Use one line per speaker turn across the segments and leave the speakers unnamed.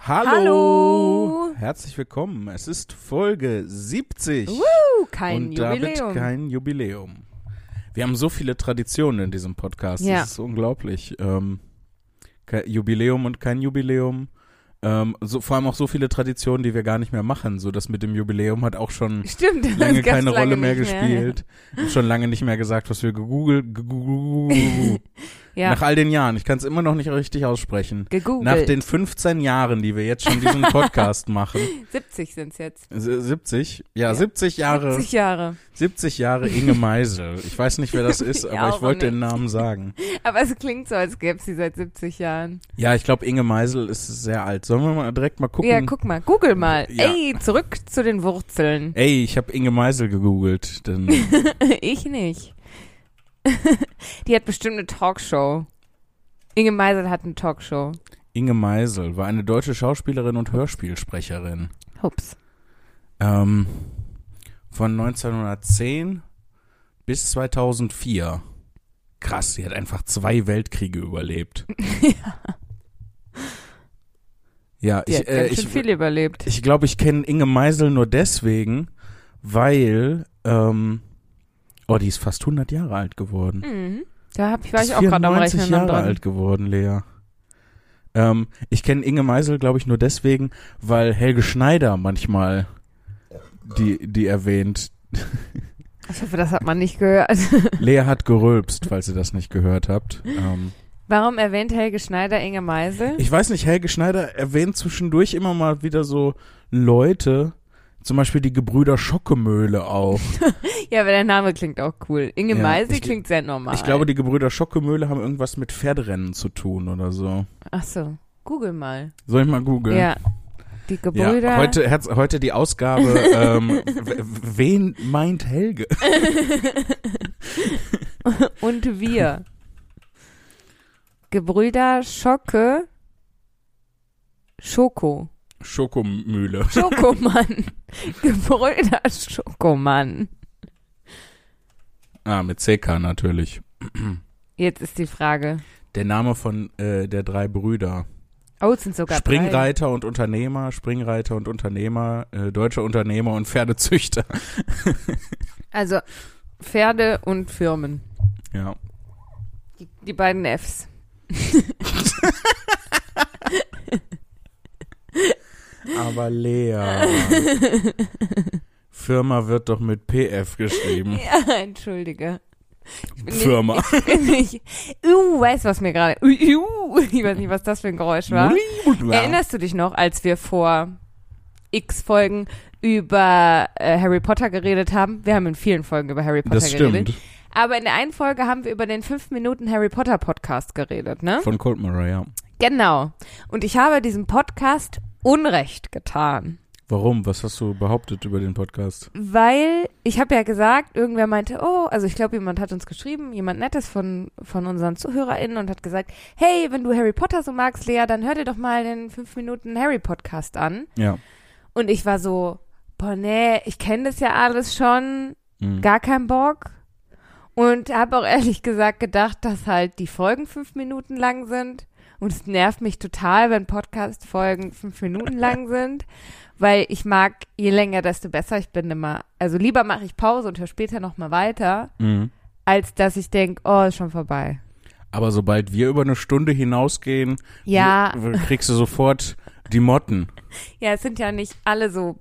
Hallo.
Hallo.
Herzlich willkommen. Es ist Folge 70.
Woo, kein
und
Jubiläum.
damit kein Jubiläum. Wir haben so viele Traditionen in diesem Podcast.
Ja.
Das ist unglaublich. Ähm, ke- Jubiläum und kein Jubiläum. Ähm, so, vor allem auch so viele Traditionen, die wir gar nicht mehr machen. So das mit dem Jubiläum hat auch schon
Stimmt, das
lange
gab's
keine Rolle mehr
nicht
gespielt. Schon lange nicht mehr gesagt, was wir gegoogelt. gegoogelt-
Ja,
Nach all den Jahren. Ich kann es immer noch nicht richtig aussprechen.
gegoogelt.
Nach den 15 Jahren, die wir jetzt schon diesen Podcast machen,
70 sind es jetzt.
S- 70, ja,
Ja.
70 Jahre, 70.
70 Jahre.
Jahre Inge Meisel. Ich weiß nicht, wer das ist,
Ich
aber ne.
auch
ich wollte
nicht.
den Namen sagen.
Aber es klingt so, als gäbe es sie seit 70 Jahren.
Ja, ich glaube, Inge Meisel ist sehr alt. Sollen wir mal direkt mal gucken?
Ja, guck mal, google mal.
Ja.
Ey, zurück zu den Wurzeln.
Ey, ich habe Inge Meisel gegoogelt. Denn,
ich nicht. Die hat bestimmt eine Talkshow. Inge Meisel hat eine Talkshow.
Inge Meisel war eine deutsche Schauspielerin und Hörspielsprecherin.
Hups.
Ähm, von 1910 bis 2004. Krass, sie hat einfach zwei Weltkriege überlebt. ja,
Die hat
ich, äh,
ganz
ich,
schön viel überlebt.
ich glaube, ich kenne Inge Meisel nur deswegen, weil, ähm, oh, die ist fast 100 Jahre alt geworden.
Mhm. Da hab, ich war
Die
ich
ist
auch gerade am
94
Rechnen
Jahre
dran.
alt geworden, Lea. Ähm, ich kenne Inge Meisel, glaube ich, nur deswegen, weil Helge Schneider manchmal die, die erwähnt.
Ich hoffe, das hat man nicht gehört.
Lea hat gerülpst, falls ihr das nicht gehört habt. Ähm,
Warum erwähnt Helge Schneider Inge Meisel?
ich weiß nicht, Helge Schneider erwähnt zwischendurch immer mal wieder so Leute, zum Beispiel die Gebrüder Schockemöhle auch.
Ja, aber der Name klingt auch cool. Inge
Ja,
Meisel
ich-
klingt sehr normal.
Ich glaube, die Gebrüder Schockemöhle haben irgendwas mit Pferderennen zu tun oder so.
Ach so, google mal.
Soll ich mal googeln?
Ja. Die Gebrüder.
Ja, heute, herz- heute die Ausgabe, ähm, w- wen meint Helge?
und wir. Gebrüder Schocke. Schoko.
Schokomühle.
Schokomann. Gebrüder Schokomann.
Ah, mit CK natürlich.
Jetzt ist die Frage.
Der Name von äh, der drei Brüder.
Oh, es sind sogar drei.
Springreiter und Unternehmer, Springreiter und Unternehmer, äh, deutscher Unternehmer und Pferdezüchter.
Also Pferde und Firmen.
Ja.
Die, die beiden Fs.
Aber Lea. Firma wird doch mit PF geschrieben.
Ja, entschuldige. Ich bin nicht-
Hm. Firma.
Ich bin nicht. Uh, weißt du, was mir gerade. Uh, uh, ich weiß nicht, was das für ein Geräusch war. Erinnerst du dich noch, als wir vor x Folgen über äh, Harry Potter geredet haben? Wir haben in vielen Folgen über Harry Potter
Das
geredet.
stimmt.
Aber in der einen Folge haben wir über den 5-Minuten-Harry Potter-Podcast geredet, ne?
Von Cold Mirror, ja.
Genau. Und ich habe diesem Podcast Unrecht getan.
Warum? Was hast du behauptet über den Podcast?
Weil ich habe ja gesagt, irgendwer meinte, oh, also ich glaube, jemand hat uns geschrieben, jemand Nettes von, von unseren ZuhörerInnen und hat gesagt, hey, wenn du Harry Potter so magst, Lea, dann hör dir doch mal den 5-Minuten-Harry-Podcast an.
Ja.
Und ich war so, boah, nee, ich kenne das ja alles schon,
Mhm.
gar kein Bock. Und habe auch ehrlich gesagt gedacht, dass halt die Folgen fünf Minuten lang sind. Und es nervt mich total, wenn Podcast-Folgen fünf Minuten lang sind. Weil ich mag, je länger, desto besser ich bin immer. Also lieber mache ich Pause und höre später nochmal weiter,
Mhm.
als dass ich denke, oh, ist schon vorbei.
Aber sobald wir über eine Stunde hinausgehen,
Ja,
w- w- kriegst du sofort die Motten.
ja, es sind ja nicht alle so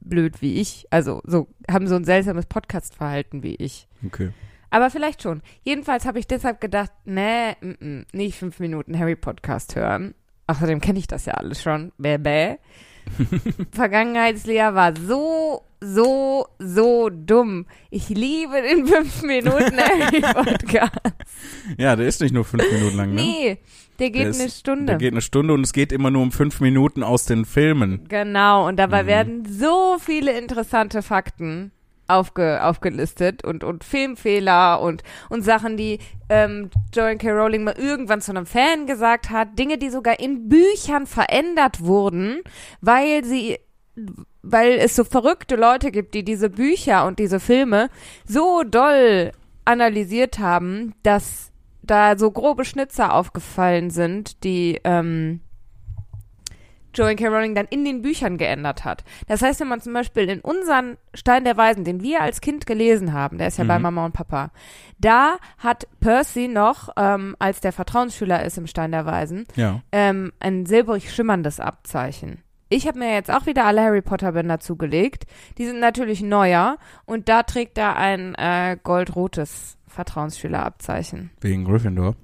blöd wie ich. Also so, haben so ein seltsames Podcast-Verhalten wie ich.
Okay.
Aber vielleicht schon. Jedenfalls habe ich deshalb gedacht, nee, mm, mm, nicht fünf Minuten Harry Podcast hören. Außerdem kenne ich das ja alles schon. Bäh, bäh. Vergangenheitslehrer war so, so, so dumm. Ich liebe den fünf Minuten Harry Podcast.
Ja, der ist nicht nur fünf Minuten lang, ne?
Nee, der geht
Der ist-
eine Stunde.
Der geht eine Stunde und es geht immer nur um fünf Minuten aus den Filmen.
genau, und dabei
Mhm.
werden so viele interessante Fakten aufge, aufgelistet und, und Filmfehler und, und Sachen, die ähm, Joan K. Rowling mal irgendwann zu einem Fan gesagt hat, Dinge, die sogar in Büchern verändert wurden, weil sie weil es so verrückte Leute gibt, die diese Bücher und diese Filme so doll analysiert haben, dass da so grobe Schnitzer aufgefallen sind, die ähm, Joanne K. Rowling dann in den Büchern geändert hat. Das heißt, wenn man zum Beispiel in unseren Stein der Weisen, den wir als Kind gelesen haben, der ist ja bei Mama und Papa, da hat Percy noch, ähm, als der Vertrauensschüler ist im Stein der Weisen,
Ja.
ähm, ein silbrig schimmerndes Abzeichen. Ich habe mir jetzt auch wieder alle Harry Potter Bänder zugelegt. Die sind natürlich neuer und da trägt er ein äh, goldrotes Vertrauensschülerabzeichen.
Wegen Gryffindor.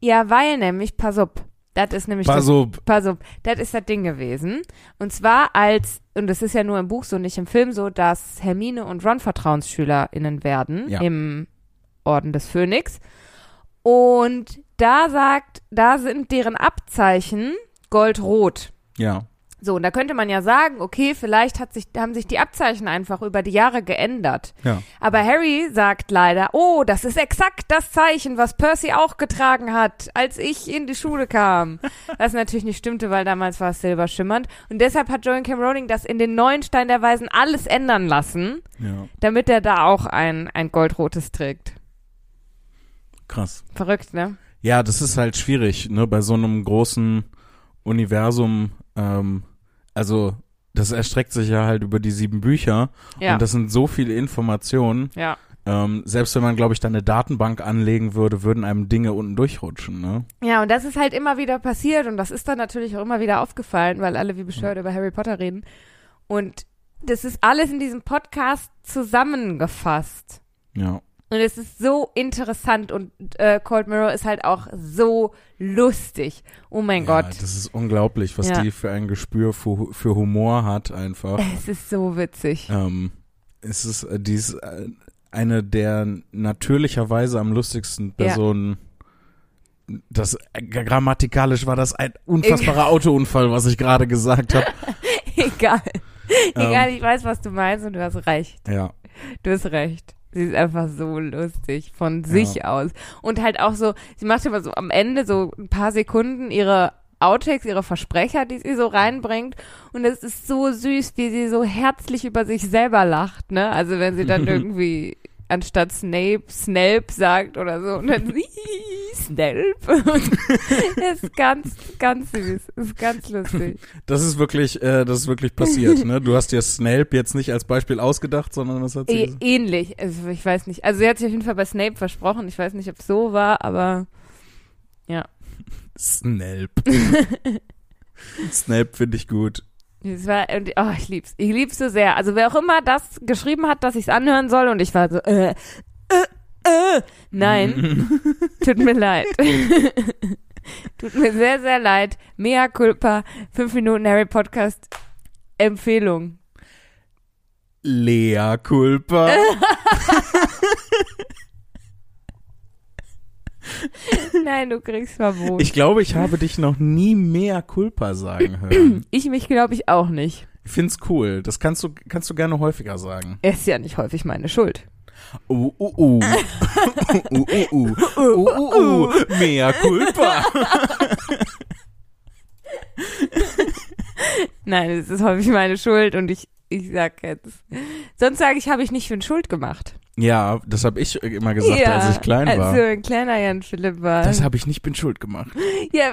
Ja, weil nämlich, pass up, das ist nämlich das
Also,
pass auf, das ist das Ding gewesen. Und zwar als, und das ist ja nur im Buch so, nicht im Film so, dass Hermine und Ron VertrauensschülerInnen werden
Ja.
im Orden des Phönix. Und da sagt, da sind deren Abzeichen goldrot.
ja.
So, und da könnte man ja sagen, okay, vielleicht hat sich, haben sich die Abzeichen einfach über die Jahre geändert.
Ja.
Aber Harry sagt leider, oh, das ist exakt das Zeichen, was Percy auch getragen hat, als ich in die Schule kam. Was natürlich nicht stimmte, weil damals war es silberschimmernd. Und deshalb hat Joan K. Rowling das in den neuen Stein der Weisen alles ändern lassen,
Ja.
damit er da auch ein, ein goldrotes trägt.
Krass.
Verrückt, ne?
Ja, das ist halt schwierig, ne? Bei so einem großen Universum, ähm, also das erstreckt sich ja halt über die sieben Bücher
Ja.
und das sind so viele Informationen.
ja.
Ähm, selbst wenn man, glaube ich, da eine Datenbank anlegen würde, würden einem Dinge unten durchrutschen, ne?
Ja, und das ist halt immer wieder passiert und das ist dann natürlich auch immer wieder aufgefallen, weil alle wie bescheuert über Harry Potter reden. Und das ist alles in diesem Podcast zusammengefasst.
Ja.
Und es ist so interessant und äh, Cold Mirror ist halt auch so lustig. Oh mein
ja,
Gott,
Das ist unglaublich, was
Ja.
die für ein Gespür für, für Humor hat einfach.
es ist so witzig.
Ähm, es ist äh, die ist, äh, eine der natürlicherweise am lustigsten
Ja.
Personen. Das äh, grammatikalisch war das ein unfassbarer Autounfall, was ich gerade gesagt habe.
Egal. Egal,
Ähm,
ich weiß, was du meinst und du hast recht.
ja,
Du hast recht. Sie ist einfach so lustig von sich aus. Und halt auch so, sie macht immer so am Ende so ein paar Sekunden ihre Outtakes, ihre Versprecher, die sie so reinbringt. Und es ist so süß, wie sie so herzlich über sich selber lacht, ne? Also wenn sie dann irgendwie anstatt Snape, Snape sagt oder so. Und dann Snape. Und das ist ganz, ganz süß. Das ist ganz lustig.
das ist wirklich, äh, das ist wirklich passiert. ne? Du hast dir Snape jetzt nicht als Beispiel ausgedacht, sondern das hat sie.
Ä
gesagt.
ähnlich. Also ich weiß nicht. Also sie hat sich auf jeden Fall bei Snape versprochen. Ich weiß nicht, ob es so war, aber
Snape. Snape finde ich gut.
es war und oh, ich lieb's. Ich lieb's so sehr. Also wer auch immer das geschrieben hat, dass ich's anhören soll und ich war so äh, äh, äh. Nein, tut mir leid. tut mir sehr sehr leid. Mea culpa. 5 Minuten Harry Podcast Empfehlung.
Lea Culpa.
Nein, du kriegst Verbot. Ich,
Ich glaube, ich habe dich noch nie mehr Culpa sagen hören.
mich glaube ich auch nicht.
Ich find's cool. Das kannst du, kannst du gerne häufiger sagen.
Ist ja nicht häufig meine Schuld.
Uh, uh, uh. uh, uh, uh. Uh, uh, uh. Mehr Culpa.
Nein, es ist häufig meine Schuld und ich, ich sag jetzt. Sonst sage ich, habe ich nicht für Schuld gemacht.
Ja, das habe ich immer gesagt,
ja, also, ähm.
als ich klein
als
war.
du ein kleiner Jan Philipp war.
das habe ich nicht bin schuld gemacht.
ja,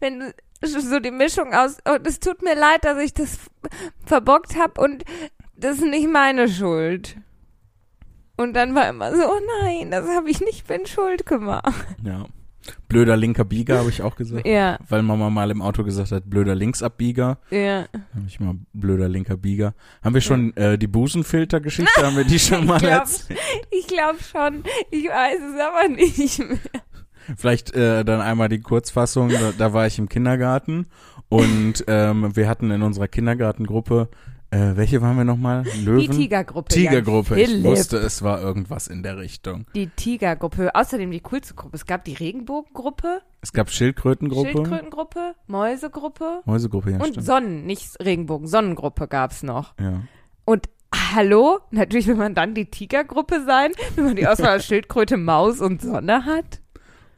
wenn du so die Mischung aus, und es tut mir leid, dass ich das verbockt habe und das ist nicht meine Schuld. Und dann war immer so, oh nein, das habe ich nicht bin schuld gemacht.
Ja. Blöder linker Bieger habe ich auch gesagt.
Ja,
Weil Mama mal im Auto gesagt hat, blöder Linksabbieger.
ja.
Habe ich mal blöder linker Bieger. Haben wir schon äh, die Busenfilter-Geschichte? Haben wir die schon mal
glaub-
erzählt?
Ich glaube schon. Ich weiß es aber nicht mehr.
Vielleicht äh, dann einmal die Kurzfassung. Da, da war ich im Kindergarten und ähm, wir hatten in unserer Kindergartengruppe, äh, welche waren wir nochmal?
Die
Löwen?
Tigergruppe. Jan
Tigergruppe. Ich
Philipp.
wusste, es war irgendwas in der Richtung.
Die Tigergruppe, außerdem die coolste Gruppe. Es gab die Regenbogengruppe,
Es gab Schildkrötengruppe,
Schildkrötengruppe, Mäusegruppe
Mäusegruppe, ja,
und
stimmt.
Sonnen, nicht Regenbogen, Sonnengruppe gab's noch.
ja.
Und hallo, natürlich will man dann die Tigergruppe sein, wenn man die Auswahl aus Schildkröte, Maus und Sonne hat.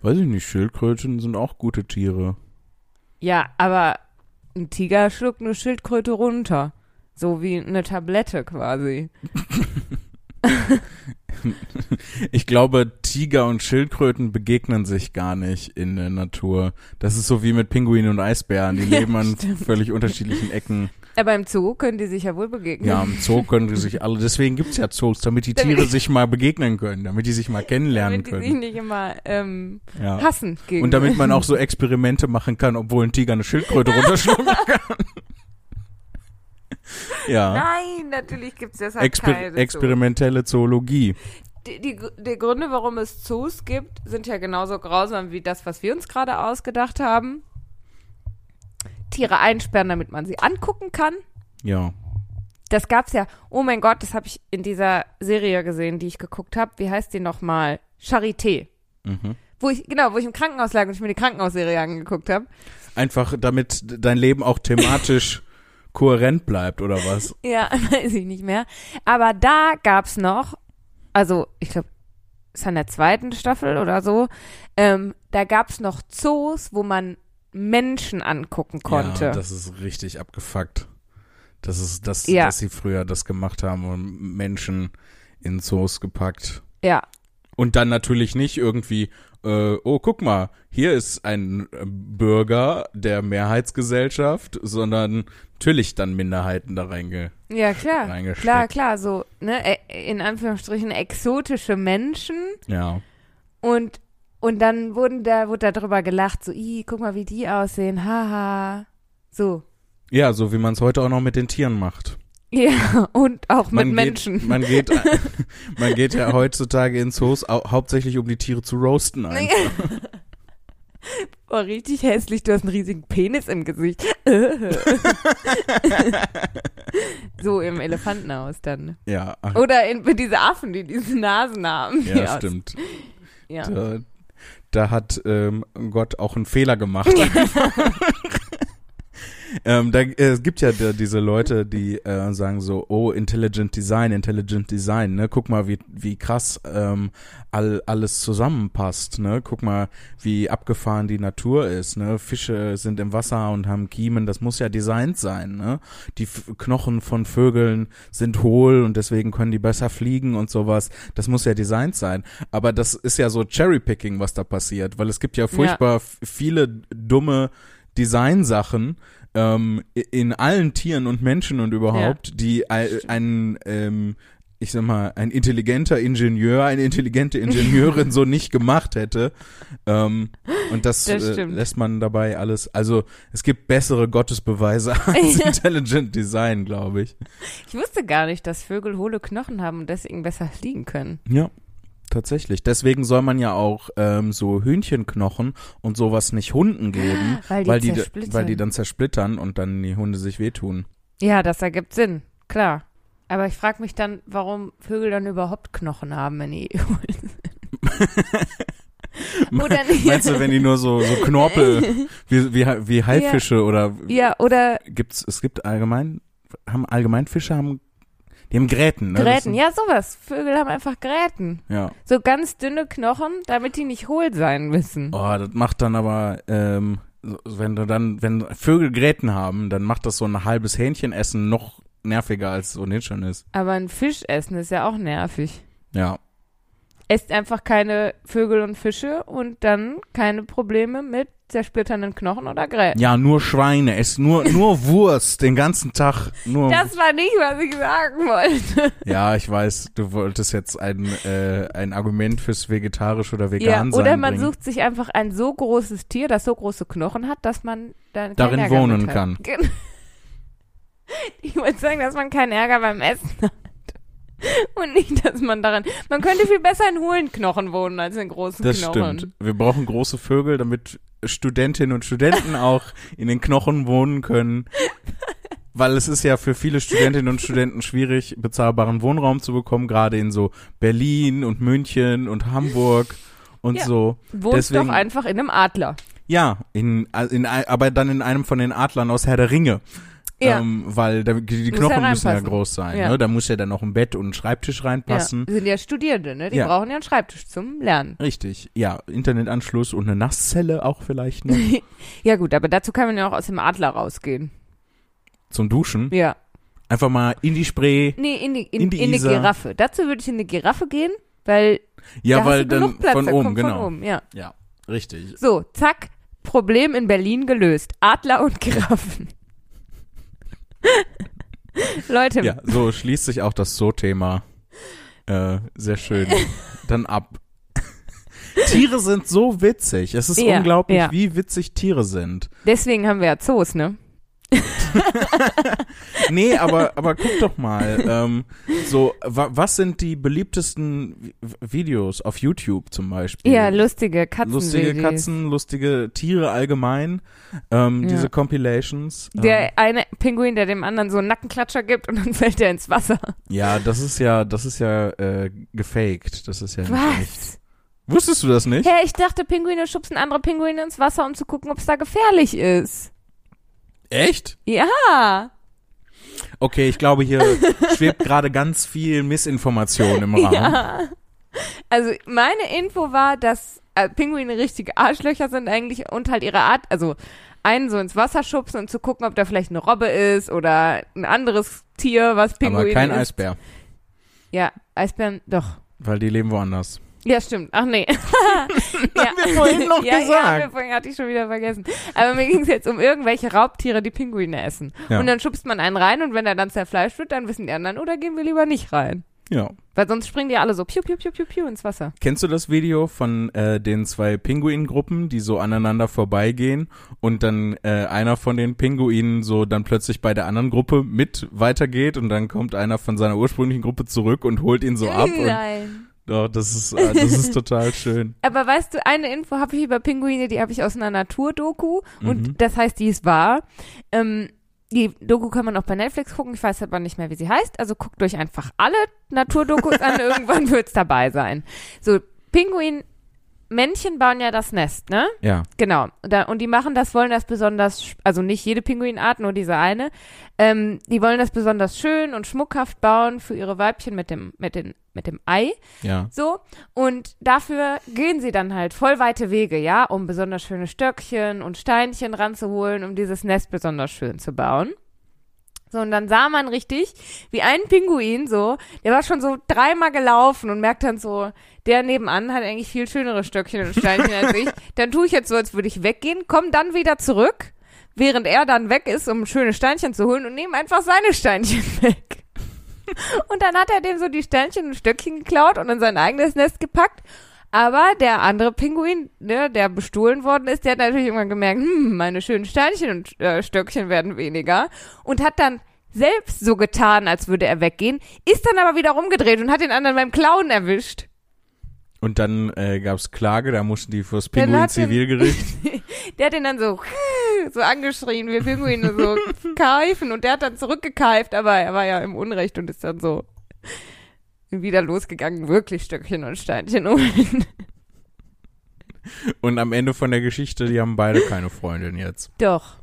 Weiß ich nicht, Schildkröten sind auch gute Tiere.
Ja, aber ein Tiger schluckt eine Schildkröte runter. So wie eine Tablette quasi.
Ich glaube, Tiger und Schildkröten begegnen sich gar nicht in der Natur. Das ist so wie mit Pinguinen und Eisbären. Die
Ja,
leben an
stimmt.
völlig unterschiedlichen Ecken.
Aber im Äh, Zoo können die sich ja wohl begegnen.
Ja, im Zoo können die sich alle. Deswegen gibt's ja Zoos, damit die Tiere sich mal begegnen können, damit die sich mal kennenlernen
Damit die sich
können.
nicht immer ähm,
Ja.
hassen gegen
Und damit man auch so Experimente machen kann, obwohl ein Tiger eine Schildkröte runterschlucken kann. Ja.
Nein, natürlich gibt es deshalb
Exper
keine
experimentelle Zoologie.
die, die, die Gründe, warum es Zoos gibt, sind ja genauso grausam wie das, was wir uns gerade ausgedacht haben. Tiere einsperren, damit man sie angucken kann.
Ja.
Das gab's ja. Oh mein Gott, das habe ich in dieser Serie gesehen, die ich geguckt habe. Wie heißt die nochmal? Charité.
Mhm.
Wo ich, genau, wo ich im Krankenhaus lag und ich mir die Krankenhausserie angeguckt habe.
Einfach damit dein Leben auch thematisch kohärent bleibt, oder was?
Ja, weiß ich nicht mehr. Aber da gab's noch, also ich glaube, ist an der zweiten Staffel oder so, ähm, da gab's noch Zoos, wo man Menschen angucken konnte.
Ja, das ist richtig abgefuckt. Das ist, dass,
Ja.
dass sie früher das gemacht haben und Menschen in Zoos gepackt.
ja.
Und dann natürlich nicht irgendwie, äh, oh, guck mal, hier ist ein äh, Bürger der Mehrheitsgesellschaft, sondern natürlich dann Minderheiten da reinge
ja, klar.
reingesteckt.
Klar, klar, so, ne, ä- in Anführungsstrichen exotische Menschen
Ja.
und, und dann wurden da, wurde da drüber gelacht, so, i, guck mal, wie die aussehen, haha. So.
ja, so wie man es heute auch noch mit den Tieren macht.
Ja, und auch mit
man
Menschen.
Geht, man, geht, man geht ja heutzutage in Zoos au hauptsächlich, um die Tiere zu roasten. Ein.
Boah, richtig hässlich, du hast einen riesigen Penis im Gesicht. so im Elefantenhaus dann.
Ja, ach,
Oder in, mit diese Affen, die diese Nasen haben.
ja,
aus-
stimmt.
Ja.
Da, da hat ähm, Gott auch einen Fehler gemacht. ähm, da, äh, es gibt ja da diese Leute, die äh, sagen so, oh, Intelligent Design, Intelligent Design, ne? Guck mal, wie, wie krass ähm, all, alles zusammenpasst, ne? Guck mal, wie abgefahren die Natur ist, ne? Fische sind im Wasser und haben Kiemen, das muss ja designt sein, ne? Die F Knochen von Vögeln sind hohl und deswegen können die besser fliegen und sowas. Das muss ja designt sein. Aber das ist ja so Cherry-Picking, was da passiert, weil es gibt ja furchtbar f- viele dumme Designsachen ähm, i- in allen Tieren und Menschen und überhaupt, die ei- einen, ähm, ich sag mal, ein intelligenter Ingenieur, eine intelligente Ingenieurin so nicht gemacht hätte. Ähm, und das,
Das
äh,
stimmt.
lässt man dabei alles. Also es gibt bessere Gottesbeweise als Intelligent Design, glaube ich.
Ich wusste gar nicht, dass Vögel hohle Knochen haben und deswegen besser fliegen können.
Ja, tatsächlich. Deswegen soll man ja auch ähm, so Hühnchenknochen und sowas nicht Hunden geben,
Ah, Weil die
weil, die,
zersplittern.
weil die dann zersplittern und dann die Hunde sich wehtun.
Ja, das ergibt Sinn, klar. Aber ich frage mich dann, warum Vögel dann überhaupt Knochen haben, wenn die hohl sind. Oder nicht.
Meinst du, wenn die nur so, so Knorpel, wie, wie, wie Haifische oder
ja, oder
gibt's, es gibt allgemein, haben allgemein Fische haben, die haben Gräten, ne? Das
Gräten.
sind-
Ja, sowas. Vögel haben einfach Gräten.
Ja.
So ganz dünne Knochen, damit die nicht hohl sein müssen.
Oh, das macht dann aber, ähm, so- wenn du dann, wenn Vögel Gräten haben, dann macht das so ein halbes Hähnchenessen noch nerviger als so ein Hähnchen ist.
Aber ein Fisch essen ist ja auch nervig.
Ja.
Esst einfach keine Vögel und Fische und dann keine Probleme mit zersplitternden Knochen oder Gräten.
Ja, nur Schweine, es nur nur Wurst den ganzen Tag, nur
Das war nicht, was ich sagen wollte.
Ja, ich weiß, du wolltest jetzt ein äh, ein Argument fürs vegetarisch oder
Ja,
vegan sein
oder man
bringen.
sucht sich einfach ein so großes Tier, das so große Knochen hat, dass man dann keinen
Darin
Ärger
wohnen
mit hat.
kann.
Gen- Ich wollte sagen, dass man keinen Ärger beim Essen hat. Und nicht, dass man darin. Man könnte viel besser in hohlen Knochen wohnen als in großen
Das
Knochen.
stimmt. Wir brauchen große Vögel, damit Studentinnen und Studenten auch in den Knochen wohnen können. Weil es ist ja für viele Studentinnen und Studenten schwierig, bezahlbaren Wohnraum zu bekommen, gerade in so Berlin und München und Hamburg und
Ja.
so.
Wohnst
Deswegen-
doch einfach in einem Adler.
Ja, in, in, aber dann in einem von den Adlern aus Herr der Ringe.
Ja.
Ähm, weil da, die
Muss
Knochen
ja
müssen ja
reinpassen.
groß sein.
Ja.
Ne? Da muss ja dann noch ein Bett und ein Schreibtisch reinpassen.
Ja. Sind ja Studierende, ne? Die
Ja.
brauchen ja einen Schreibtisch zum Lernen.
Richtig, ja. Internetanschluss und eine Nasszelle auch vielleicht noch.
Ja, gut, aber dazu kann man ja auch aus dem Adler rausgehen.
Zum Duschen.
Ja.
Einfach mal in die Spray.
Nee, in die,
In
in, in
die
eine
Isar.
Giraffe. Dazu würde ich in eine Giraffe gehen Weil
Ja,
da
weil
hast du
dann
genug Platz,
von
da
oben,
kommt
genau.
von oben, ja.
Ja, richtig.
So, zack, Problem in Berlin gelöst. Adler und Giraffen. Leute,
Ja, so schließt sich auch das So-Thema. Äh, sehr schön. Dann ab. Tiere sind so witzig. Es ist
Ja,
unglaublich,
ja.
wie witzig Tiere sind.
deswegen haben wir ja Zoos, ne?
Nee, aber, aber guck doch mal. Ähm, so, wa was sind die beliebtesten Vi- Videos auf YouTube zum Beispiel?
Ja, lustige Katzen.
Mhm. lustige Katzen, lustige Tiere allgemein. Ähm,
Ja.
Diese Compilations. Ähm,
Der eine Pinguin, der dem anderen so einen Nackenklatscher gibt und dann fällt er ins Wasser.
ja, das ist ja, das ist ja äh, gefaked. Das ist ja nicht echt.
Was?
Wusstest du das nicht?
Hä, ich dachte, Pinguine schubsen andere Pinguine ins Wasser, um zu gucken, ob es da gefährlich ist.
Echt?
Ja.
Okay, ich glaube, hier schwebt gerade ganz viel Missinformation im Raum.
Ja. Also meine Info war, dass äh, Pinguine richtige Arschlöcher sind eigentlich und halt ihre Art, also einen so ins Wasser schubsen und zu gucken, ob da vielleicht eine Robbe ist oder ein anderes Tier, was Pinguine
aber kein
ist.
Eisbär,
Ja, Eisbären, doch.
weil die leben woanders.
Ja, stimmt. Ach nee. ja.
Haben wir vorhin noch
ja, Ja, haben wir
gesagt.
vorhin hatte ich schon wieder vergessen. Aber mir ging es jetzt um irgendwelche Raubtiere, die Pinguine essen.
Ja.
Und dann schubst man einen rein und wenn er dann zerfleischt wird, dann wissen die anderen, oder gehen wir lieber nicht rein.
Ja.
Weil sonst springen die alle so piu, piu, piu, piu, piu ins Wasser.
Kennst du das Video von äh, den zwei Pinguingruppen, die so aneinander vorbeigehen und dann äh, einer von den Pinguinen so dann plötzlich bei der anderen Gruppe mit weitergeht und dann kommt einer von seiner ursprünglichen Gruppe zurück und holt ihn so ab und
Nein.
oh, das ist äh, das ist total schön.
Aber weißt du, eine Info habe ich über Pinguine, die habe ich aus einer Naturdoku und
Mhm.
das heißt, die ist wahr. Ähm, die Doku kann man auch bei Netflix gucken, ich weiß aber nicht mehr, wie sie heißt. Also guckt euch einfach alle Naturdokus an, irgendwann wird's dabei sein. So, Pinguin, Männchen bauen ja das Nest, ne?
Ja.
Genau. Und Da, und die machen das, wollen das besonders, sch- also nicht jede Pinguinart, nur diese eine. Ähm, die wollen das besonders schön und schmuckhaft bauen für ihre Weibchen mit dem, mit den, mit dem Ei.
Ja.
So, und dafür gehen sie dann halt voll weite Wege, ja, um besonders schöne Stöckchen und Steinchen ranzuholen, um dieses Nest besonders schön zu bauen. So, und dann sah man richtig, wie ein Pinguin so, der war schon so dreimal gelaufen und merkt dann so, der nebenan hat eigentlich viel schönere Stöckchen und Steinchen als ich. Dann tue ich jetzt so, als würde ich weggehen, komm dann wieder zurück, während er dann weg ist, um schöne Steinchen zu holen und nehme einfach seine Steinchen weg. Und dann hat er dem so die Sternchen und Stöckchen geklaut und in sein eigenes Nest gepackt. Aber der andere Pinguin, ne, der bestohlen worden ist, der hat natürlich irgendwann gemerkt, hm, meine schönen Sternchen und äh, Stöckchen werden weniger. Und hat dann selbst so getan, als würde er weggehen, ist dann aber wieder rumgedreht und hat den anderen beim Klauen erwischt.
Und dann äh, gab's Klage, da mussten die fürs
Dann
Pinguin
hat den-
Zivilgericht.
Der hat den dann so, so angeschrien, wie Pinguine so keifen. Und der hat dann zurückgekeift, aber er war ja im Unrecht und ist dann so wieder losgegangen, wirklich Stöckchen und Steinchen holen.
Und am Ende von der Geschichte, die haben beide keine Freundin jetzt.
Doch.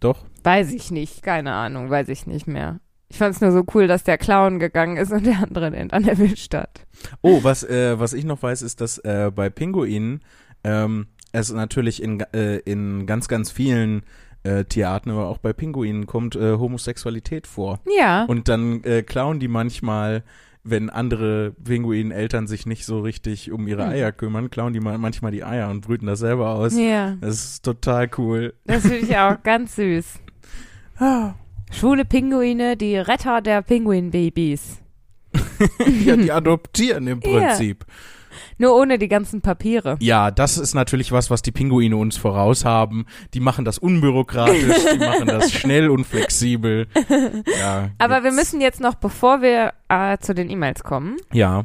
Doch?
Weiß ich nicht. Keine Ahnung. Weiß ich nicht mehr. Ich fand es nur so cool, dass der Clown gegangen ist und der andere den dann erwischt hat.
Oh, was, äh, was ich noch weiß, ist, dass äh, bei Pinguinen ähm, es natürlich in, ga- äh, in ganz, ganz vielen äh, Tierarten, aber auch bei Pinguinen kommt äh, Homosexualität vor.
Ja.
Und dann äh, klauen die manchmal, wenn andere Pinguineltern sich nicht so richtig um ihre
Hm.
Eier kümmern, klauen die ma- manchmal die Eier und brüten das selber aus.
ja.
Das ist total cool.
Das finde ich auch ganz süß. Schwule Pinguine, die Retter der Pinguinbabys.
ja, die adoptieren im
Ja.
Prinzip.
Nur ohne die ganzen Papiere.
Ja, das ist natürlich was, was die Pinguine uns voraus haben. Die machen das unbürokratisch, die machen das schnell und flexibel. Ja,
Aber wir
jetzt-
müssen jetzt noch, bevor wir äh, zu den E-Mails kommen,
Ja.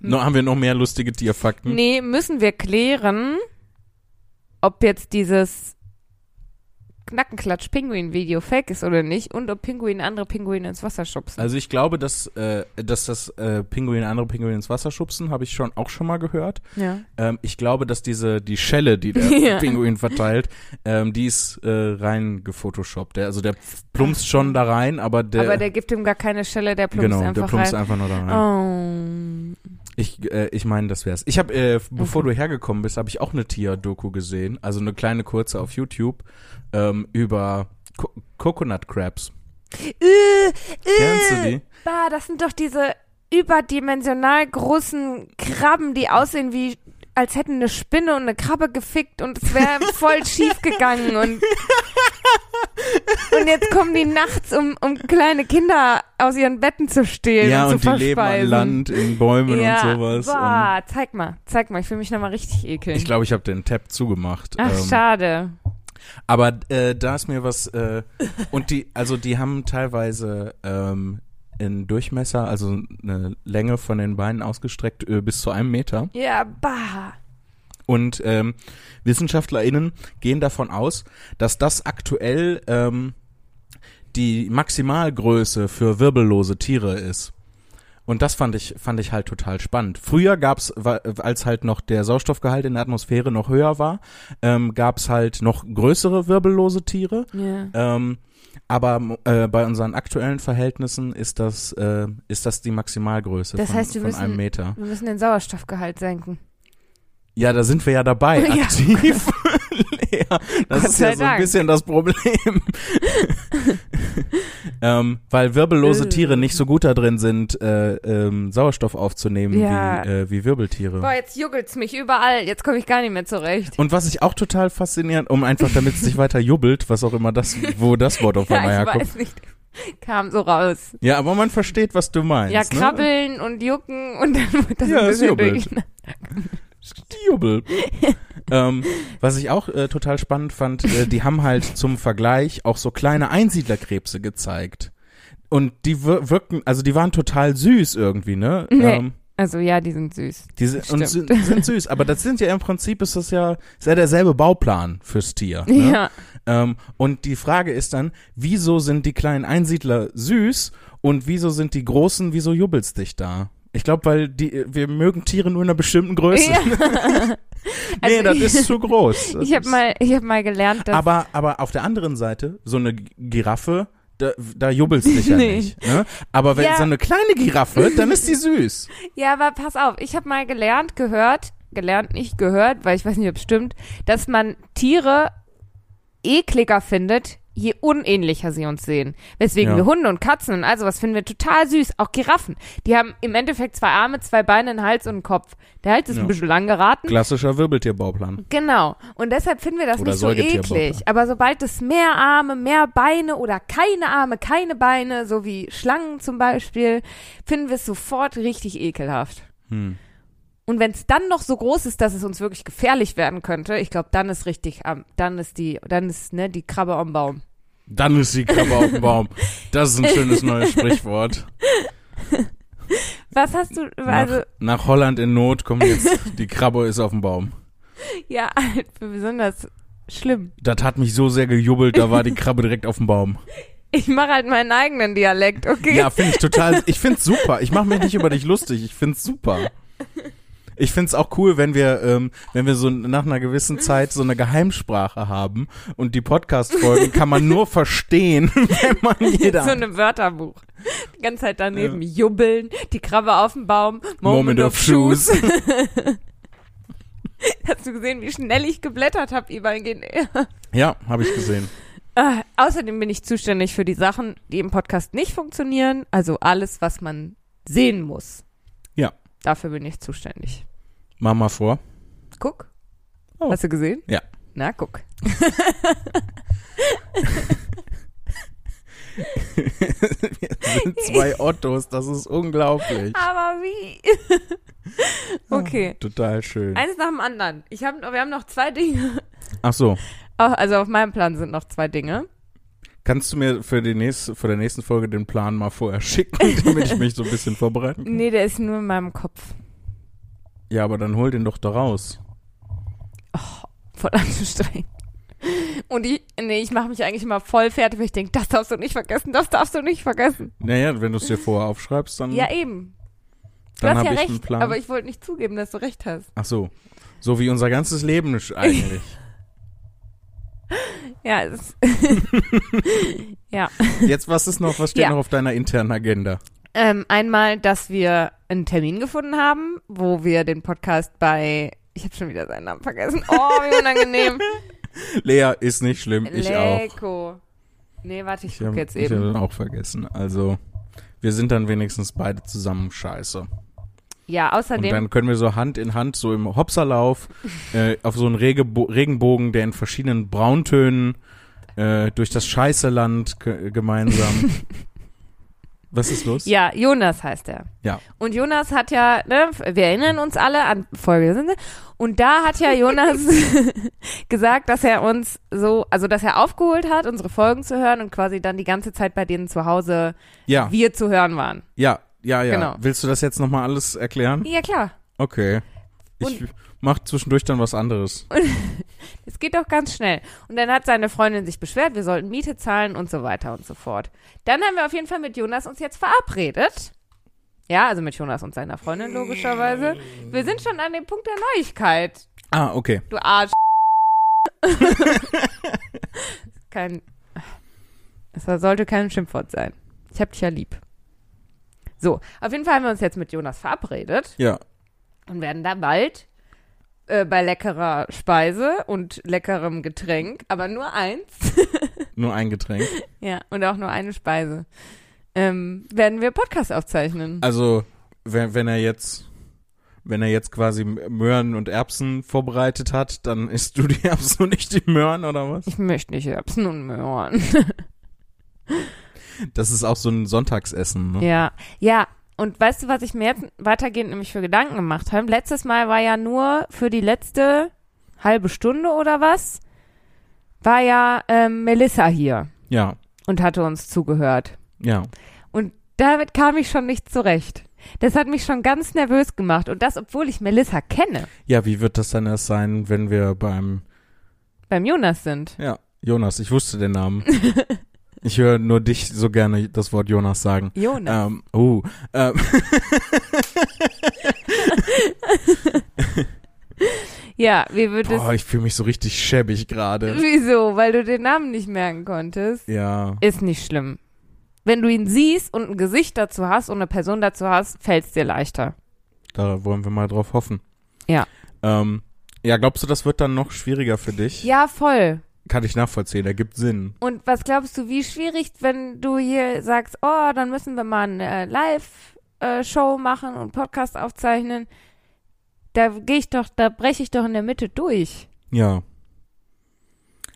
No, haben wir noch mehr lustige Tierfakten?
nee, müssen wir klären, ob jetzt dieses Knackenklatsch-Pinguin-Video fake ist oder nicht und ob Pinguin andere Pinguine ins Wasser schubsen.
Also ich glaube, dass, äh, dass das äh, Pinguin andere Pinguine ins Wasser schubsen, habe ich schon auch schon mal gehört.
ja.
Ähm, ich glaube, dass diese die Schelle, die der
Ja.
Pinguin verteilt, ähm, die ist äh, rein gefotoshoppt. Der, also der plumpst schon da rein, aber der,
Aber der gibt ihm gar keine Stelle, der plumpst
genau, der
einfach
plumpst
rein. Ah.
einfach nur da rein.
Oh.
Ich, äh, ich meine, das wär's. Ich habe, äh, bevor
Mhm.
du hergekommen bist, habe ich auch eine Tier-Doku gesehen, also eine kleine kurze auf YouTube ähm, über Co Coconut Crabs.
Äh, äh,
Kennst du die?
Bah, das sind doch diese überdimensional großen Krabben, die aussehen wie als hätten eine Spinne und eine Krabbe gefickt und es wäre voll schief gegangen und und jetzt kommen die nachts, um, um kleine Kinder aus ihren Betten zu stehlen
ja,
und,
und
zu
die leben an
verspeisen.
Land, in Bäumen
ja,
und sowas. Und
Boah, zeig mal, zeig mal, ich will mich nochmal richtig ekeln.
ich glaube, ich habe den Tab zugemacht.
Ach,
ähm,
schade.
Aber äh, da ist mir was äh, und die, also die haben teilweise ähm, in Durchmesser, also eine Länge von den Beinen ausgestreckt äh, bis zu einem Meter.
Ja, bah.
Und ähm, WissenschaftlerInnen gehen davon aus, dass das aktuell ähm, die Maximalgröße für wirbellose Tiere ist. Und das fand ich, fand ich halt total spannend. Früher gab's, wa- als halt noch der Sauerstoffgehalt in der Atmosphäre noch höher war, ähm, gab's halt noch größere wirbellose Tiere.
Ja.
Ähm, aber äh, bei unseren aktuellen Verhältnissen ist das, äh, ist das die Maximalgröße
Das
von,
heißt, wir
von
müssen-
einem Meter.
Wir müssen den Sauerstoffgehalt senken.
Ja, da sind wir ja dabei,
Ja.
aktiv. Lea, das
Gott
ist
sei
ja so ein
Dank.
bisschen das Problem. ähm, weil wirbellose
Äh.
Tiere nicht so gut da drin sind, äh, ähm, Sauerstoff aufzunehmen
Ja.
wie, äh, wie Wirbeltiere.
Boah, jetzt juckelt's mich überall. Jetzt komme ich gar nicht mehr zurecht.
Und was ich auch total faszinierend, um einfach, damit es nicht weiter jubbelt, was auch immer das, wo das Wort auf
Ja,
einmal
ich
herkommt.
weiß nicht. Kam so raus.
Ja, aber man versteht, was du meinst.
Ja,
Ne?
krabbeln und jucken und dann wird das
Ja,
ein
es
bisschen
jubbelt.
durch.
Jubbel. ähm, was ich auch äh, total spannend fand, äh, die haben halt zum Vergleich auch so kleine Einsiedlerkrebse gezeigt. Und die wir wirken, also die waren total süß irgendwie, ne?
Nee.
Ähm,
Also ja, die sind süß.
die sind, und
Stimmt.
sind, sind süß, aber das sind ja im Prinzip ist das ja, ist ja derselbe Bauplan fürs Tier. Ne?
Ja.
Ähm, und die Frage ist dann, wieso sind die kleinen Einsiedler süß und wieso sind die großen, wieso jubelst dich da? Ich glaube, weil die, wir mögen Tiere nur in einer bestimmten Größe.
ja.
nee,
Also
das
ich-
ist zu groß. Das
Ich habe
ist-
mal, ich hab mal gelernt, dass
aber, aber auf der anderen Seite, so eine Gi- Giraffe, da, da jubelst du dich ja
Nee.
nicht. Ne? Aber wenn
Ja.
so eine kleine Giraffe, dann ist die süß.
Ja, aber pass auf, ich habe mal gelernt, gehört, gelernt, nicht gehört, weil ich weiß nicht, ob es stimmt, dass man Tiere ekliger findet, je unähnlicher sie uns sehen. Weswegen
Ja.
wir Hunde und Katzen und also was finden wir total süß. Auch Giraffen. Die haben im Endeffekt zwei Arme, zwei Beine, einen Hals und einen Kopf. Der Hals ist
Ja.
ein bisschen lang geraten.
Klassischer Wirbeltierbauplan.
Genau. Und deshalb finden wir das
Oder
nicht so
Säugetierbauch.
eklig. Aber sobald es mehr Arme, mehr Beine oder keine Arme, keine Beine, so wie Schlangen zum Beispiel, finden wir es sofort richtig ekelhaft.
Hm.
Und wenn es dann noch so groß ist, dass es uns wirklich gefährlich werden könnte, ich glaube, dann ist richtig, am- dann ist die, dann ist ne die Krabbe am Baum.
Dann ist die Krabbe auf dem Baum. Das ist ein schönes neues Sprichwort.
Was hast du?
Nach,
Also
nach Holland in Not kommt jetzt, die Krabbe ist auf dem Baum.
ja, besonders schlimm.
Das hat mich so sehr gejubelt, da war die Krabbe direkt auf dem Baum.
Ich mache halt meinen eigenen Dialekt, okay?
Ja, finde ich total. Ich find's super. Ich mache mich nicht über dich lustig. Ich find's super. Ich find's auch cool, wenn wir, ähm, wenn wir so nach einer gewissen Zeit so eine Geheimsprache haben und die Podcast-Folgen kann man nur verstehen, wenn man jeder.
So einem Wörterbuch. Die ganze Zeit daneben jubbeln, die Krabbe auf dem Baum, Moment, of, Shoes. Hast du gesehen, wie schnell ich geblättert habe über den
Ja, habe ich gesehen.
Ah, Außerdem bin ich zuständig für die Sachen, die im Podcast nicht funktionieren, also alles, was man sehen muss.
Ja.
Dafür bin ich zuständig.
Mach mal vor.
Guck.
Oh.
Hast du gesehen?
Ja.
Na, guck.
Sind zwei Ottos, das ist unglaublich.
Aber wie? okay.
Total schön.
Eines nach dem anderen. Ich hab, wir haben noch zwei Dinge.
Ach so,
Auch- Also auf meinem Plan sind noch zwei Dinge.
kannst du mir für die nächste, für der nächsten Folge den Plan mal vorher schicken, damit ich mich so ein bisschen vorbereiten kann?
Nee, der ist nur in meinem Kopf.
Ja, aber dann hol den doch da raus.
Voll anstrengend. Und ich, nee, ich mache mich eigentlich immer voll fertig, weil ich denke, das darfst du nicht vergessen, das darfst du nicht vergessen.
Naja, wenn du es dir vorher aufschreibst, dann,
Ja, eben. Du
dann
hast
habe
ja
ich einen
recht,
Plan.
aber ich wollte nicht zugeben, dass du recht hast.
Ach so. So wie unser ganzes Leben ist eigentlich.
Ja, es, ja.
Jetzt, was ist noch, was steht
Ja.
noch auf deiner internen Agenda?
Ähm, einmal, dass wir einen Termin gefunden haben, wo wir den Podcast bei, ich habe schon wieder seinen Namen vergessen. Oh, wie unangenehm.
Lea ist nicht schlimm, ich auch.
Leco. Nee, warte, ich
hab-
gucke jetzt
Ich
eben.
habe auch vergessen. Also, Wir sind dann wenigstens beide zusammen scheiße.
Ja,
Und
außerdem,
dann können wir so Hand in Hand so im Hopserlauf äh, auf so einen Regebo Regenbogen, der in verschiedenen Brauntönen äh, durch das Scheißeland ge- gemeinsam. Was ist los?
ja, Jonas heißt er.
Ja.
Und Jonas hat ja, ne, wir erinnern uns alle an Folge. Und da hat ja Jonas gesagt, dass er uns so, also dass er aufgeholt hat, unsere Folgen zu hören und quasi dann die ganze Zeit bei denen zu Hause
Ja,
wir zu hören waren.
ja, ja, ja.
Genau.
Willst du das jetzt nochmal alles erklären?
Ja klar,
Okay. Ich mach zwischendurch dann was anderes.
es geht doch ganz schnell. Und dann hat seine Freundin sich beschwert, wir sollten Miete zahlen und so weiter und so fort. Dann haben wir auf jeden Fall mit Jonas uns jetzt verabredet. Ja, also mit Jonas und seiner Freundin logischerweise. Wir sind schon an dem Punkt der Neuigkeit.
Ah, okay.
Du Arsch. kein. Es sollte kein Schimpfwort sein. Ich hab dich ja lieb. So, auf jeden Fall haben wir uns jetzt mit Jonas verabredet
Ja.
und werden da bald äh, bei leckerer Speise und leckerem Getränk, aber nur eins,
Nur ein Getränk.
ja, und auch nur eine Speise, ähm, werden wir Podcast aufzeichnen.
Also, wenn, wenn er jetzt, wenn er jetzt quasi Möhren und Erbsen vorbereitet hat, dann isst du die Erbsen und nicht die Möhren oder was?
Ich möchte nicht Erbsen und Möhren.
Das ist auch so ein Sonntagsessen, ne?
Ja, ja. Und weißt du, was ich mir jetzt weitergehend nämlich für Gedanken gemacht habe? Letztes Mal war ja nur für die letzte halbe Stunde oder was, war ja ähm, Melissa hier
Ja,
und hatte uns zugehört.
ja.
Damit kam ich schon nicht zurecht. Das hat mich schon ganz nervös gemacht. Und das, obwohl ich Melissa kenne,
Ja, wie wird das dann erst sein, wenn wir beim,
beim Jonas sind.
ja, Jonas, ich wusste den Namen. Ich höre nur dich so gerne das Wort Jonas sagen.
Jonas.
Ähm, oh, ähm,
Ja, wie wird es.
boah, ich fühle mich so richtig schäbig gerade.
Wieso? Weil du den Namen nicht merken konntest.
Ja.
Ist nicht schlimm. Wenn du ihn siehst und ein Gesicht dazu hast und eine Person dazu hast, fällt es dir leichter.
Da wollen wir mal drauf hoffen.
Ja.
Ähm, ja, glaubst du, das wird dann noch schwieriger für dich?
Ja, voll.
Kann ich nachvollziehen, ergibt Sinn.
Und was glaubst du, wie schwierig, wenn du hier sagst, oh, dann müssen wir mal eine äh, Live-Show machen und Podcast aufzeichnen? Da gehe ich doch, da breche ich doch in der Mitte durch.
Ja.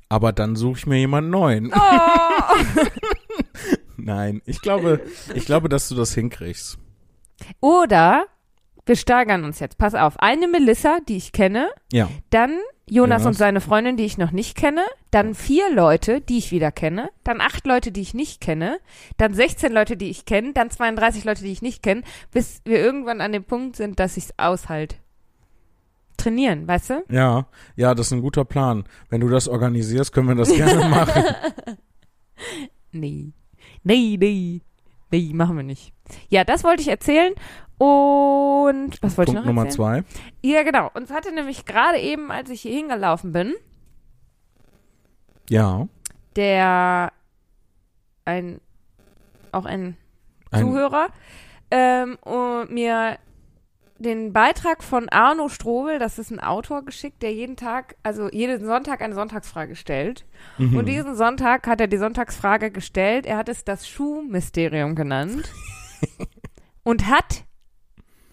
Aber dann suche ich mir jemanden neuen.
Oh!
Nein, ich glaube, ich glaube, dass du das hinkriegst.
Oder wir steigern uns jetzt. Pass auf, eine Melissa, die ich kenne,
Ja.
dann Jonas
Jonas.
und seine Freundin, die ich noch nicht kenne, dann vier Leute, die ich wieder kenne, dann acht Leute, die ich nicht kenne, dann 16 Leute, die ich kenne, dann 32 Leute, die ich nicht kenne, bis wir irgendwann an dem Punkt sind, dass ich es aushalte. Trainieren, weißt du?
Ja, ja, das ist ein guter Plan. Wenn du das organisierst, können wir das gerne machen.
Nee. Nee, nee. Nee, machen wir nicht. Ja, das wollte ich erzählen. Und was wollte ich noch
Punkt Nummer
erzählen?
zwei.
Ja, genau. Uns hatte nämlich gerade eben, als ich hier hingelaufen bin,
Ja.
der ein auch ein,
Ein,
Zuhörer ähm, und mir den Beitrag von Arno Strobel, das ist ein Autor, geschickt, der jeden Tag, also jeden Sonntag eine Sonntagsfrage stellt.
Mhm.
Und diesen Sonntag hat er die Sonntagsfrage gestellt. Er hat es das Schuhmysterium genannt und hat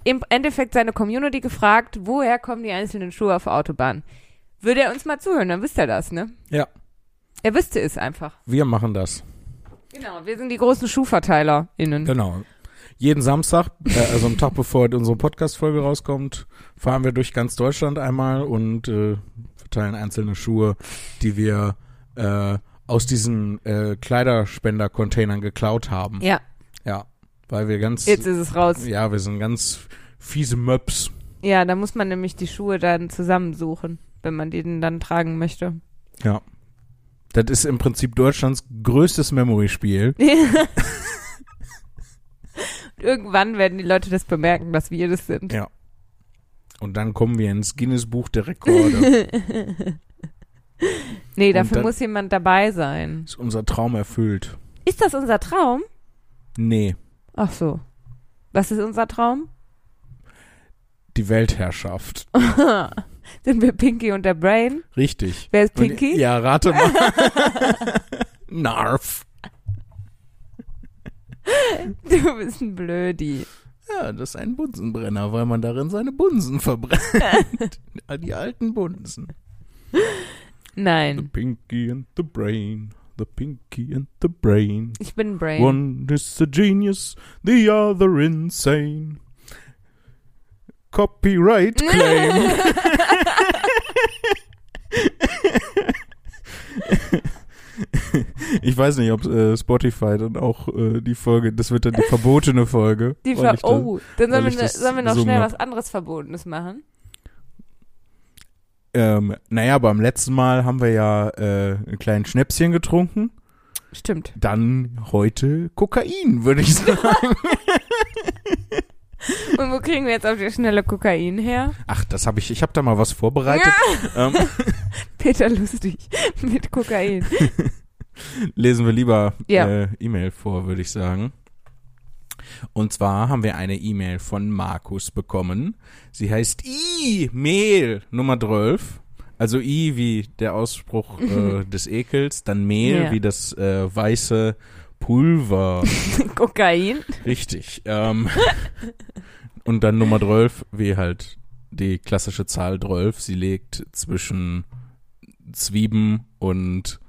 im Endeffekt seine Community gefragt, woher kommen die einzelnen Schuhe auf der Autobahn? Würde er uns mal zuhören, dann wüsste er das, ne?
Ja.
Er wüsste es einfach.
wir machen das.
Genau, wir sind die großen SchuhverteilerInnen.
Genau. Jeden Samstag, äh, also am Tag bevor unsere Podcast-Folge rauskommt, fahren wir durch ganz Deutschland einmal und äh, verteilen einzelne Schuhe, die wir äh, aus diesen äh, Kleiderspender-Containern geklaut haben.
Ja,
Ja, weil wir ganz,
jetzt ist es raus.
ja, wir sind ganz fiese Möps.
Ja, da muss man nämlich die Schuhe dann zusammensuchen, wenn man die denn dann tragen möchte.
Das ist im Prinzip Deutschlands größtes Memory-Spiel.
Irgendwann werden die Leute das bemerken, dass wir das sind.
Und dann kommen wir ins Guinness-Buch der Rekorde.
Nee,
Und
dafür
dann-
muss jemand dabei sein.
ist unser Traum erfüllt.
Ist das unser Traum?
Nee,
Ach so. Was ist unser Traum?
die Weltherrschaft.
sind wir Pinky und der Brain?
Richtig.
Wer ist
Und-
Pinky?
Ja, rate mal. Narf.
Du bist ein Blödi.
Ja, das ist ein Bunsenbrenner, weil man darin seine Bunsen verbrennt. Die alten Bunsen. The
Nein,
Pinky and the Brain. The Pinky and the Brain.
ich bin Brain.
One is a genius, the other insane. Copyright claim. ich weiß nicht, ob äh, Spotify dann auch äh, die Folge, das wird dann die verbotene Folge.
Die
weil
Ver
ich da-
oh, dann
weil
sollen wir,
ich
ne,
das
sollen wir noch
gesungen
schnell
hab.
was anderes Verbotenes machen.
Ähm, naja, beim letzten Mal haben wir ja äh, ein kleines Schnäpschen getrunken.
Stimmt.
Dann heute Kokain, würde ich sagen.
Und wo kriegen wir jetzt auf die schnelle Kokain her?
Ach, das habe ich, ich habe da mal was vorbereitet. Ähm,
Peter Lustig mit Kokain.
lesen wir lieber
Ja.
äh, E-Mail vor, würde ich sagen. Und zwar haben wir eine E-Mail von Markus bekommen. Sie heißt I-Mail Nummer 12. Also I wie der Ausspruch äh, des Ekels, dann Mehl
Ja.
wie das äh, weiße Pulver.
Kokain?
Richtig. Ähm, und dann Nummer 12, wie halt die klassische Zahl 12. Sie legt zwischen Zwieben und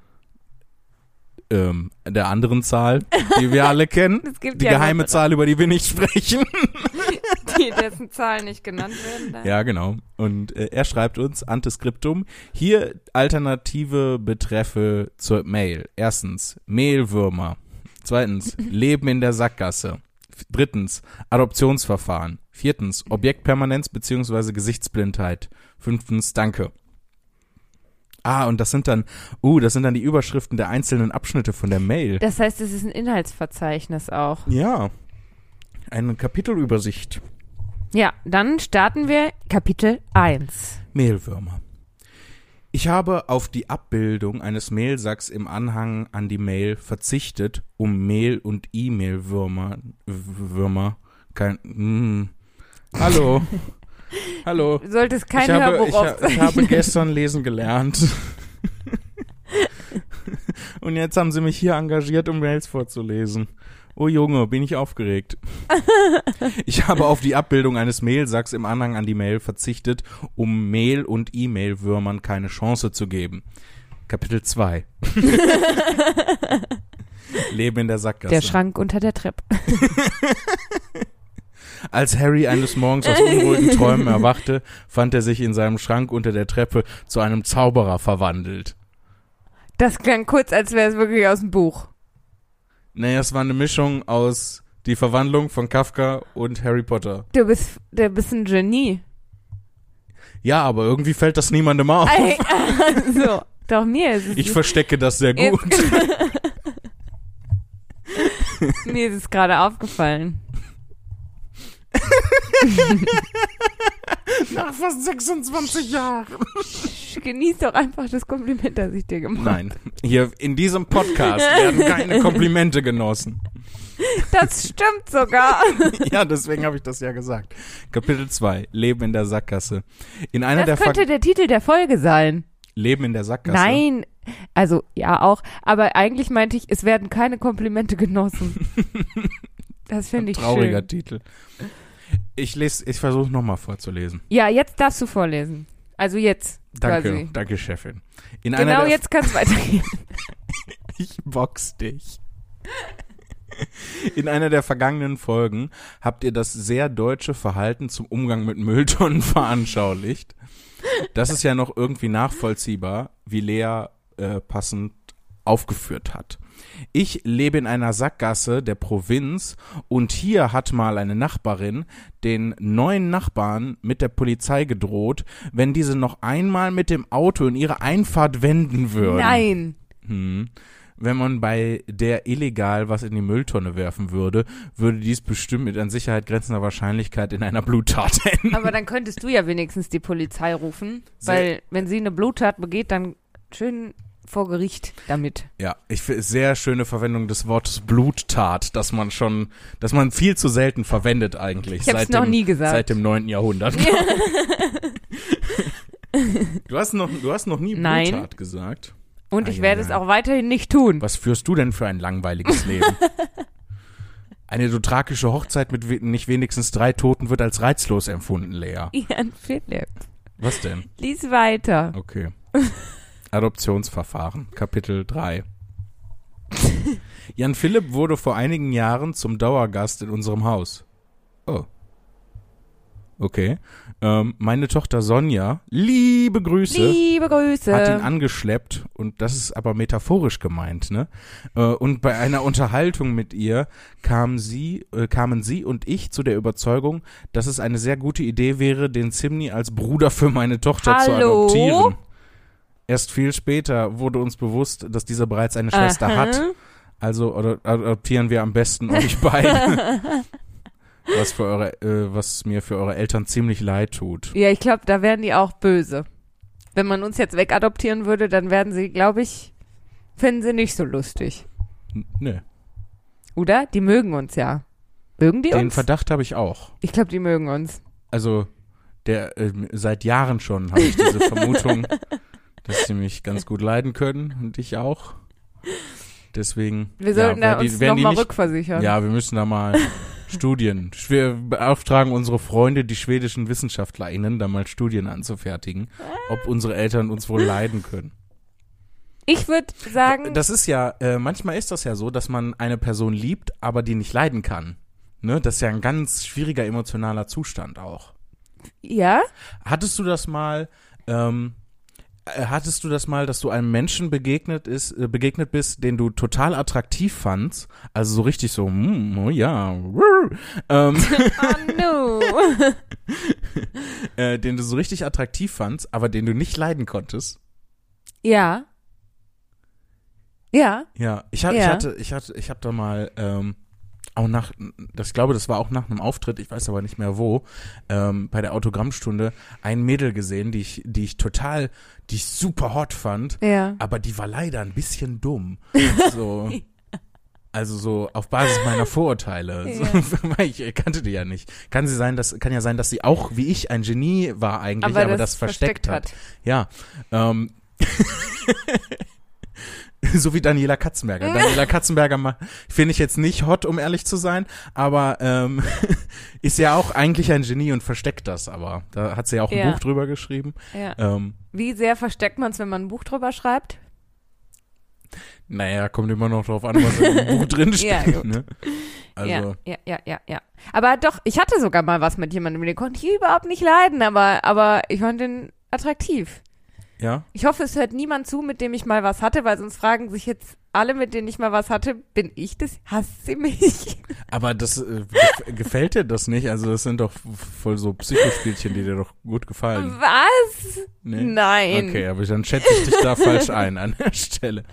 ähm, der anderen Zahl, die wir alle kennen.
Es gibt
Die
ja
geheime Zahl, über die wir nicht sprechen.
noch die, dessen Zahlen nicht genannt werden. darf.
Ja, genau. Und äh, er schreibt uns Antiskriptum. Hier alternative Betreffe zur Mail. Erstens, Mehlwürmer. Zweitens, Leben in der Sackgasse. F- Drittens, Adoptionsverfahren. Viertens, Objektpermanenz bzw. Gesichtsblindheit. Fünftens, Danke. Ah, und das sind dann, uh, das sind dann die Überschriften der einzelnen Abschnitte von der Mail.
Das heißt, es ist ein Inhaltsverzeichnis auch.
Ja. Eine Kapitelübersicht.
Ja, dann starten wir Kapitel 1.
Mehlwürmer. Ich habe auf die Abbildung eines Mehlsacks im Anhang an die Mail verzichtet, um Mehl- und E-Mail-Würmer. w- Würmer. Kein. Mm. Hallo. Hallo.
Du solltest kein
Oh. ich habe, ich,
Hörbuch
ha- ich
aufzeichnen.
habe gestern lesen gelernt. und jetzt haben sie mich hier engagiert, um Mails vorzulesen. Oh Junge, bin ich aufgeregt. Ich habe auf die Abbildung eines Mehlsacks im Anhang an die Mail verzichtet, um Mehl- und E-Mail-Würmern keine Chance zu geben. Kapitel 2. Leben in der Sackgasse.
Der Schrank unter der Treppe.
Als Harry eines Morgens aus unruhigen Träumen erwachte, fand er sich in seinem Schrank unter der Treppe zu einem Zauberer verwandelt.
Das klang kurz, als wäre es wirklich aus dem Buch.
Naja, es war eine Mischung aus die Verwandlung von Kafka und Harry Potter.
Du bist, du bist ein Genie.
Ja, aber irgendwie fällt das niemandem auf.
Ei, so, doch mir ist es
Ich verstecke das sehr gut.
Mir ist es gerade aufgefallen.
Nach fast 26 Jahren.
Genieß doch einfach das Kompliment, das ich dir gemacht habe.
Nein, hier in diesem Podcast werden keine Komplimente genossen.
Das stimmt sogar.
Ja, deswegen habe ich das ja gesagt. Kapitel 2, Leben in der Sackgasse. In einer der
Das
Fak
könnte der Titel der Folge sein.
Leben in der Sackgasse.
Nein. Also, ja, auch. Aber eigentlich meinte ich, es werden keine Komplimente genossen. Das finde ich
Trauriger
schön.
Titel. Ich lese, ich versuche nochmal vorzulesen.
Ja, jetzt darfst du vorlesen. Also jetzt.
Danke,
Quasi.
danke, Chefin. In einer
Genau
der
jetzt kann es weitergehen.
Ich box dich. In einer der vergangenen Folgen habt ihr das sehr deutsche Verhalten zum Umgang mit Mülltonnen veranschaulicht. Das ist ja noch irgendwie nachvollziehbar, wie Lea äh, passend aufgeführt hat. Ich lebe in einer Sackgasse der Provinz und hier hat mal eine Nachbarin den neuen Nachbarn mit der Polizei gedroht, wenn diese noch einmal mit dem Auto in ihre Einfahrt wenden würden.
Nein.
Hm. Wenn man bei der illegal was in die Mülltonne werfen würde, würde dies bestimmt mit an Sicherheit grenzender Wahrscheinlichkeit in einer Bluttat enden.
Aber dann könntest du ja wenigstens die Polizei rufen,
Sehr-
weil wenn sie eine Bluttat begeht, dann schön vor Gericht damit.
Ja, ich finde sehr schöne Verwendung des Wortes Bluttat, dass man schon, dass man viel zu selten verwendet eigentlich.
Ich hab's
seit
noch
dem,
nie gesagt.
Seit dem 9. Jahrhundert. du, hast noch, du hast noch nie
Nein.
Bluttat gesagt.
Und
Ah,
ich
ja,
werde
ja.
es auch weiterhin nicht tun.
Was führst du denn für ein langweiliges Leben? Eine dothrakische Hochzeit mit we nicht wenigstens drei Toten wird als reizlos empfunden, Lea.
Ian Philipp.
Was denn?
Lies weiter.
Okay. Adoptionsverfahren, Kapitel 3. Jan Philipp wurde vor einigen Jahren zum Dauergast in unserem Haus. Oh. Okay. Ähm, meine Tochter Sonja, liebe Grüße,
Liebe Grüße.
hat ihn angeschleppt und das ist aber metaphorisch gemeint, ne? Äh, und bei einer Unterhaltung mit ihr kamen sie, äh, kamen sie und ich zu der Überzeugung, dass es eine sehr gute Idee wäre, den Zimni als Bruder für meine Tochter zu
Hallo?
adoptieren. Erst viel später wurde uns bewusst, dass dieser bereits eine Schwester
Aha.
hat. Also oder, adoptieren wir am besten euch beide. was für eure, äh, was mir für eure Eltern ziemlich leid tut.
Ja, ich glaube, da wären die auch böse. Wenn man uns jetzt wegadoptieren würde, dann werden sie, glaube ich, finden sie nicht so lustig.
N- ne, Nö.
Oder? Die mögen uns ja. Mögen die
Den
uns?
Verdacht habe ich auch.
Ich glaube, die mögen uns.
Also der ähm, seit Jahren schon habe ich diese Vermutung, dass sie mich ganz gut leiden können und ich auch. Deswegen.
Wir sollten
ja,
da
wär
uns
die, wären die
nochmal
nicht-
rückversichern.
Ja, wir müssen da mal Studien. Wir beauftragen unsere Freunde, die schwedischen WissenschaftlerInnen, da mal Studien anzufertigen, ob unsere Eltern uns wohl leiden können.
Ich würde sagen,
Das ist ja, äh, manchmal ist das ja so, dass man eine Person liebt, aber die nicht leiden kann. Ne? Das ist ja ein ganz schwieriger emotionaler Zustand auch.
ja,
Hattest du das mal, ähm, äh, hattest du das mal, dass du einem Menschen begegnet ist, äh, begegnet bist, den du total attraktiv fandst? Also so richtig so, mm, oh ja, wuh, ähm,
oh no.
äh, den du so richtig attraktiv fandst, aber den du nicht leiden konntest.
ja. Ja.
Ja, ich, hab, ich
Ja.
hatte, ich hatte, ich habe da mal ähm, auch nach, das ich glaube, das war auch nach einem Auftritt, ich weiß aber nicht mehr wo, ähm, bei der Autogrammstunde ein Mädel gesehen, die ich, die ich total, die ich super hot fand,
Ja.
aber die war leider ein bisschen dumm. So. Also so auf Basis meiner Vorurteile. So, weil ich kannte die ja nicht. Kann sie sein, dass kann ja sein, dass sie auch wie ich ein Genie war eigentlich, aber, das, versteckt, hat. Ja. Ähm, so wie Daniela Katzenberger. Daniela Katzenberger ma- finde ich jetzt nicht hot, um ehrlich zu sein, aber ähm, ist ja auch eigentlich ein Genie und versteckt das aber. Da hat sie ja auch ein
Ja.
Buch drüber geschrieben.
Ja.
Ähm,
Wie sehr versteckt man es, wenn man ein Buch drüber schreibt?
naja, kommt immer noch drauf an, was im Buch drin
Ja,
steht.
gut.
ne? Also,
Ja, ja, ja, ja, ja. Aber doch, ich hatte sogar mal was mit jemandem, den konnte ich überhaupt nicht leiden, aber, aber ich fand den attraktiv.
ja.
Ich hoffe, es hört niemand zu, mit dem ich mal was hatte, weil sonst fragen sich jetzt alle, mit denen ich mal was hatte, bin ich das? Hasst sie mich?
Aber das äh, gef- gefällt dir das nicht? Also, das sind doch voll so Psychospielchen, die dir doch gut gefallen.
Was?
Also, Nee?
Nein.
Okay, aber dann schätze ich dich da falsch ein an der Stelle.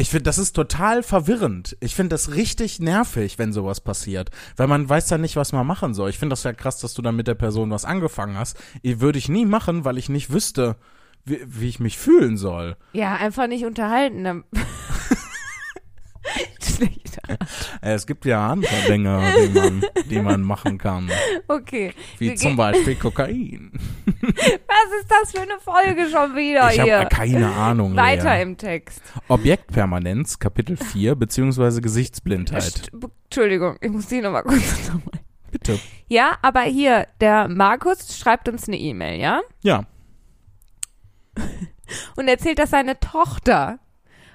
Ich finde, das ist total verwirrend. Ich finde das richtig nervig, wenn sowas passiert. Weil man weiß dann nicht, was man machen soll. Ich finde das ja krass, dass du dann mit der Person was angefangen hast. Ich- Würde ich nie machen, weil ich nicht wüsste, wie, wie ich mich fühlen soll.
Ja, einfach nicht unterhalten. dann- Schlechter.
Äh, Es gibt ja andere Dinge, die man, die man machen kann.
Okay.
Wie
Wir
zum
ge-
Beispiel Kokain.
Was ist das für eine Folge schon wieder
Ich
hier?
habe keine Ahnung.
Weiter
Lea.
im Text.
Objektpermanenz, Kapitel 4, beziehungsweise Gesichtsblindheit.
St- Entschuldigung, ich muss die nochmal kurz zusammen.
Bitte.
Ja, aber hier, der Markus schreibt uns eine E-Mail, ja?
Ja.
Und erzählt, dass seine Tochter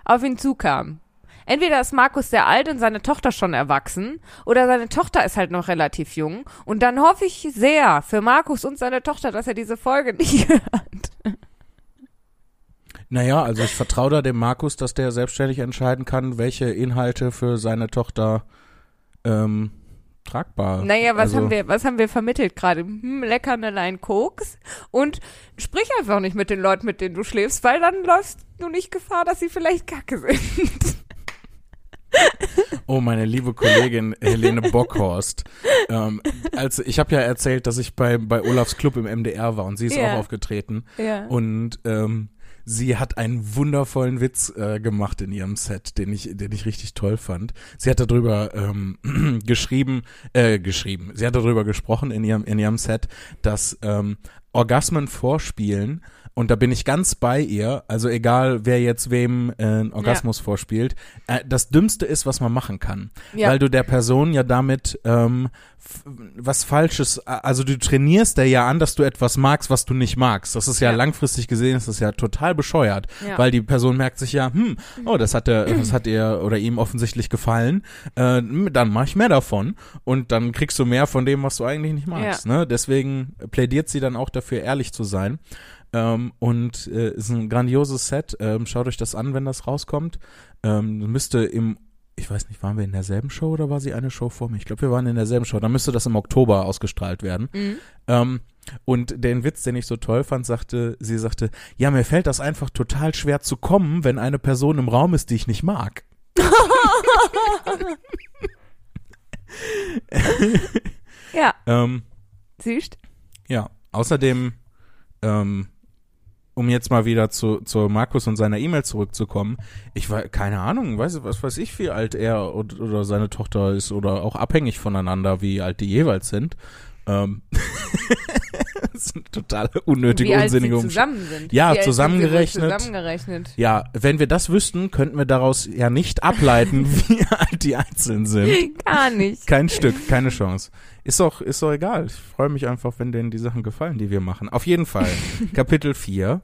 auf ihn zukam. Entweder ist Markus sehr alt und seine Tochter schon erwachsen, oder seine Tochter ist halt noch relativ jung. Und dann hoffe ich sehr für Markus und seine Tochter, dass er diese Folge nicht hört.
Naja, also ich vertraue da dem Markus, dass der selbstständig entscheiden kann, welche Inhalte für seine Tochter ähm, tragbar.
Naja, was
also,
haben wir, was haben wir vermittelt gerade? Hm, lecker eine Line Koks und sprich einfach nicht mit den Leuten, mit denen du schläfst, weil dann läufst du nicht Gefahr, dass sie vielleicht kacke sind.
Oh, meine liebe Kollegin Helene Bockhorst. ähm, als ich habe ja erzählt, dass ich bei bei Olafs Club im MDR war und sie ist
Ja.
auch aufgetreten
Ja.
und ähm, sie hat einen wundervollen Witz äh, gemacht in ihrem Set, den ich den ich richtig toll fand. Sie hat darüber ähm, geschrieben äh, geschrieben. Sie hat darüber gesprochen in ihrem in ihrem Set, dass ähm, Orgasmen vorspielen und da bin ich ganz bei ihr, also egal wer jetzt wem äh, einen Orgasmus vorspielt, äh, das Dümmste ist, was man machen kann,
Ja.
weil du der Person ja damit ähm, f- was Falsches, a- also du trainierst der ja an, dass du etwas magst, was du nicht magst. Das ist ja,
Ja.
langfristig gesehen, ist das ja total bescheuert,
Ja.
weil die Person merkt sich ja, hm, oh, das hat der, das hat ihr oder ihm offensichtlich gefallen, äh, hm, dann mache ich mehr davon und dann kriegst du mehr von dem, was du eigentlich nicht magst. Ne? Deswegen plädiert sie dann auch dafür, ehrlich zu sein. Ähm, und äh, ist ein grandioses Set. Ähm, schaut euch das an, wenn das rauskommt. Ähm, müsste im, ich weiß nicht, waren wir in derselben Show oder war sie eine Show vor mir? Ich glaube, wir waren in derselben Show. Dann müsste das im Oktober ausgestrahlt werden.
Mhm.
Ähm, und den Witz, den ich so toll fand, sagte, sie sagte, ja, mir fällt das einfach total schwer zu kommen, wenn eine Person im Raum ist, die ich nicht mag.
Ja,
Ähm,
süß.
ja, außerdem, ähm, um jetzt mal wieder zu, zu Markus und seiner E-Mail zurückzukommen, ich war, keine Ahnung, weiß, was weiß ich, wie alt er und, oder seine Tochter ist oder auch abhängig voneinander, wie alt die jeweils sind. Ähm, das ist eine totale unnötige,
Wie alt sie
unsinnige Umstände.
zusammen sind.
Ja,
Wie alt sie
zusammengerechnet.
wohl Zusammengerechnet.
Ja, wenn wir das wüssten, könnten wir daraus ja nicht ableiten, wie alt die einzeln sind.
Gar nicht.
Kein Stück, keine Chance. Ist doch, ist doch egal. Ich freue mich einfach, wenn denen die Sachen gefallen, die wir machen. Auf jeden Fall. Kapitel 4.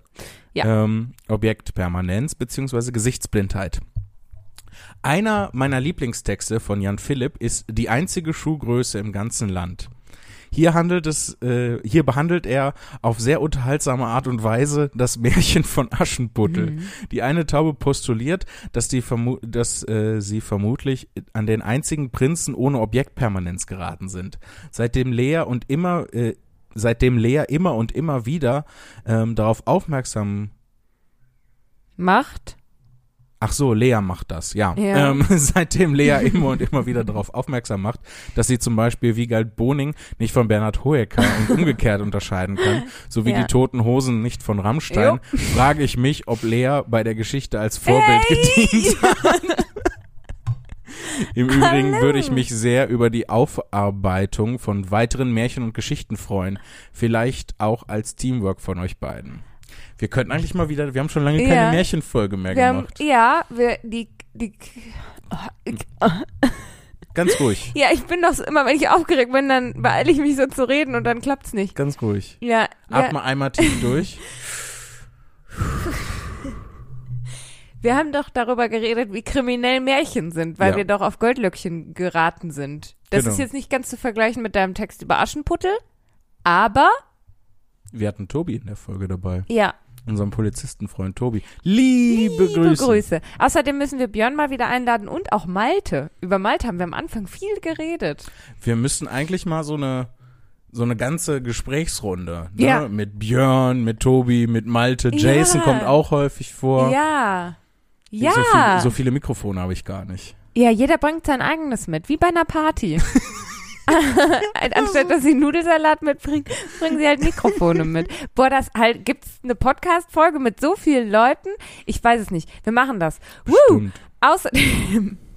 Ja.
Ähm, Objektpermanenz beziehungsweise Gesichtsblindheit. Einer meiner Lieblingstexte von Jan Philipp ist Die einzige Schuhgröße im ganzen Land. Hier handelt es, äh, hier behandelt er auf sehr unterhaltsame Art und Weise das Märchen von Aschenputtel. Die eine Taube postuliert, dass, die vermu dass äh, sie vermutlich an den einzigen Prinzen ohne Objektpermanenz geraten sind. Seitdem Lea und immer, äh, seitdem Lea immer und immer wieder ähm, darauf aufmerksam
Macht.
Ach so, Lea macht das, ja.
Ja.
Ähm, seitdem Lea immer und immer wieder darauf aufmerksam macht, dass sie zum Beispiel Wiegald Boning nicht von Bernhard Hoeker und umgekehrt unterscheiden kann, sowie
Ja.
die toten Hosen nicht von Rammstein, frage ich mich, ob Lea bei der Geschichte als Vorbild gedient hat. Im Übrigen
Hallo.
würde ich mich sehr über die Aufarbeitung von weiteren Märchen und Geschichten freuen. Vielleicht auch als Teamwork von euch beiden. Wir könnten eigentlich mal wieder, wir haben schon lange keine
Ja.
Märchenfolge mehr
Wir haben,
gemacht.
ja, wir, die, die, oh, ich,
Ganz ruhig.
ja, ich bin doch so, immer, wenn ich aufgeregt bin, dann beeile ich mich so zu reden und dann klappt's nicht.
Ganz ruhig.
Ja, ja
Atme einmal tief durch.
wir haben doch darüber geredet, wie kriminell Märchen sind, weil
Ja.
wir doch auf Goldlöckchen geraten sind. Das
Genau.
ist jetzt nicht ganz zu vergleichen mit deinem Text über Aschenputtel, aber,
Wir hatten Tobi in der Folge dabei.
ja,
Unseren Polizistenfreund Tobi. Liebe, Grüße.
Außerdem müssen wir Björn mal wieder einladen und auch Malte. Über Malte haben wir am Anfang viel geredet.
Wir müssten eigentlich mal so eine so eine ganze Gesprächsrunde ne?
Ja.
mit Björn, mit Tobi, mit Malte.
Ja.
Jason kommt auch häufig vor.
Ja. Ja.
So, viel, so viele Mikrofone habe ich gar nicht.
Ja, jeder bringt sein eigenes mit, wie bei einer Party. Äh, Anstatt dass sie Nudelsalat mitbringen, bringen sie halt Mikrofone mit. Boah, das halt gibt's eine Podcast Folge mit so vielen Leuten? Ich weiß es nicht. Wir machen das. Woo!
Stimmt.
Außerdem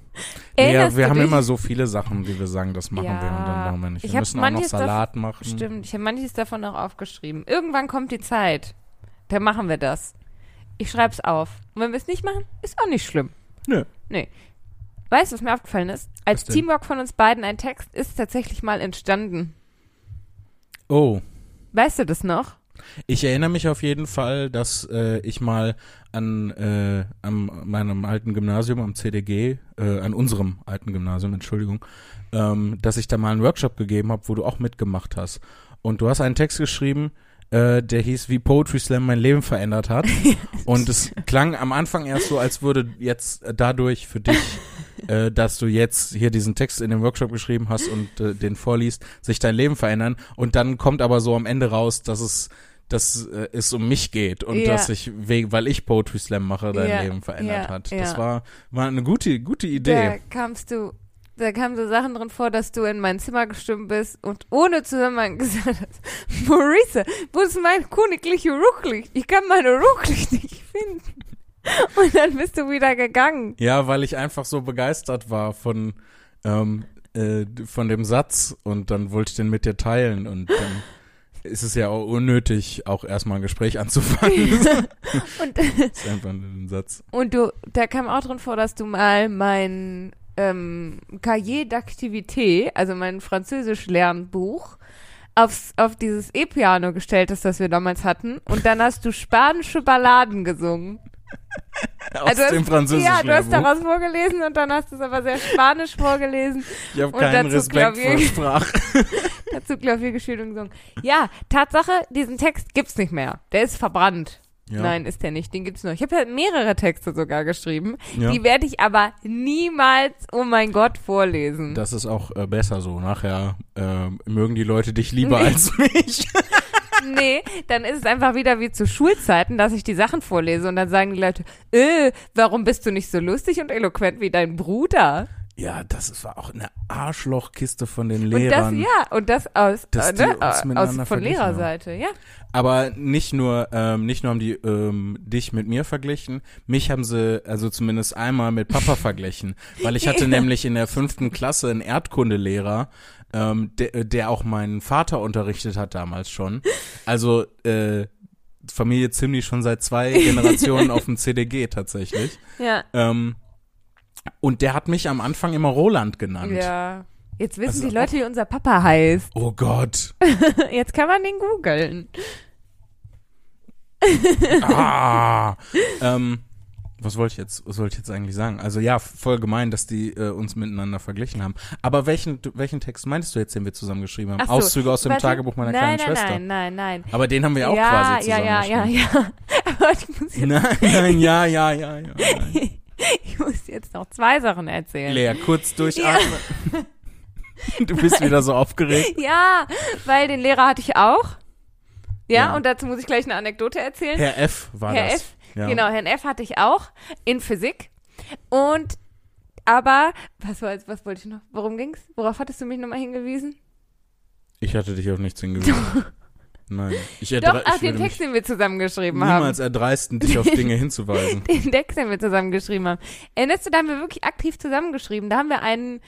Ja,
erinnerst
wir
du
haben
dich?
immer so viele Sachen, die wir sagen, das machen wir und dann
Ja.
machen wir nicht. Wir
Ich hab
müssen auch noch
manches
Salat machen.
Stimmt, ich habe manches davon auch aufgeschrieben. Irgendwann kommt die Zeit. Da machen wir das. Ich schreib's auf. Und wenn wir es nicht machen, ist auch nicht schlimm.
Nö.
Nee. Weißt du, was mir aufgefallen ist? Als
Was denn?
Teamwork von uns beiden ein Text ist tatsächlich mal entstanden.
Oh.
Weißt du das noch?
Ich erinnere mich auf jeden Fall, dass äh, ich mal an äh, am, meinem alten Gymnasium am CDG, äh, an unserem alten Gymnasium, Entschuldigung, ähm, dass ich da mal einen Workshop gegeben habe, wo du auch mitgemacht hast. Und du hast einen Text geschrieben, äh, der hieß, wie Poetry Slam mein Leben verändert hat. Und es klang am Anfang erst so, als würde jetzt dadurch für dich, äh, dass du jetzt hier diesen Text in dem Workshop geschrieben hast und äh, den vorliest, sich dein Leben verändern. Und dann kommt aber so am Ende raus, dass es dass äh, es um mich geht und
Ja.
dass ich, we- weil ich Poetry Slam mache, dein
Ja,
Leben verändert
ja,
hat. Das
ja.
war, war eine gute, gute
Da
Idee.
kamst du, da kamen so Sachen drin vor, dass du in mein Zimmer gestürmt bist und ohne Zusammenhang gesagt hast, Maurice, wo ist mein königliche Rucklicht? Ich kann meine Rucklicht nicht finden. Und dann bist du wieder gegangen.
Ja, weil ich einfach so begeistert war von, ähm, äh, von dem Satz und dann wollte ich den mit dir teilen und dann ist es ja auch unnötig, auch erstmal ein Gespräch anzufangen.
Und,
das ist einfach ein Satz.
und du, da kam auch drin vor, dass du mal mein ähm, Cahier d'activité, also mein Französisch-Lernbuch, aufs, auf dieses E-Piano gestellt hast, das wir damals hatten. Und dann hast du spanische Balladen gesungen.
Aus
Also
dem
hast-
französischen
Ja, du hast
Lehrbuch.
daraus vorgelesen und dann hast du es aber sehr spanisch vorgelesen.
Ich habe
und
keinen
dazu
Respekt
Klavier.
vor Sprache.
Dazu Klavier gespielt und gesungen. Ja, Tatsache, diesen Text gibt's nicht mehr. Der ist verbrannt.
Ja,
Nein, ist der nicht. Den gibt's noch. Ich habe ja mehrere Texte sogar geschrieben.
ja.
Die werde ich aber niemals, oh mein Gott, vorlesen.
Das ist auch äh, besser so. Nachher ähm, mögen die Leute dich lieber
Nee.
als mich.
nee, dann ist es einfach wieder wie zu Schulzeiten, dass ich die Sachen vorlese und dann sagen die Leute, äh, warum bist du nicht so lustig und eloquent wie dein Bruder?
Ja, das war auch eine Arschlochkiste von den
Und das,
Lehrern.
ja, und das aus,
Dass
äh,
die
ne,
uns
aus
miteinander
von
verglichen haben.
Lehrerseite, ja.
Aber nicht nur, ähm, nicht nur haben die ähm, dich mit mir verglichen, mich haben sie also zumindest einmal mit Papa verglichen, weil ich hatte nämlich in der fünften Klasse einen Erdkundelehrer, ähm, der, der auch meinen Vater unterrichtet hat damals schon. Also äh, Familie ziemlich schon seit zwei Generationen auf dem CDG tatsächlich.
Ja,
Ähm, und der hat mich am Anfang immer Roland genannt.
ja. Jetzt wissen
Also
die Leute, wie unser Papa heißt.
Oh Gott.
Jetzt kann man den googeln.
Ah. ähm, was wollte ich jetzt, was wollte ich jetzt eigentlich sagen? Also ja, voll gemein, dass die äh, uns miteinander verglichen haben. Aber welchen, welchen Text meinst du jetzt, den wir zusammen geschrieben haben?
Ach so,
Auszüge aus dem
Warte,
Tagebuch meiner kleinen
nein, nein,
Schwester.
Nein, nein, nein.
Aber den haben wir auch
ja,
quasi
ja,
zusammen
ja, ja,
geschrieben.
ja. Aber ich muss, jetzt,
Nein, nein, ja, ja, ja, ja. Nein.
ich muss jetzt noch zwei Sachen erzählen.
Lea, kurz durchatmen. Du bist wieder so aufgeregt.
Ja, weil den Lehrer hatte ich auch. Ja,
Ja.
und dazu muss ich gleich eine Anekdote erzählen.
Herr F. war
Herr
das.
F.
Ja.
Genau, Herrn F hatte ich auch in Physik. Und aber was war jetzt, was wollte ich noch? Worum ging's? Worauf hattest du mich nochmal hingewiesen?
Ich hatte dich auf nichts hingewiesen. Nein. Ich,
Doch,
erdre-
ach,
Äh, ich
den
würde
Text,
mich
den wir zusammengeschrieben
niemals erdreisten, dich auf Dinge hinzuweisen.
haben. Den Text, den wir zusammengeschrieben haben. Erinnerst du, da haben wir wirklich aktiv zusammengeschrieben. Da haben wir einen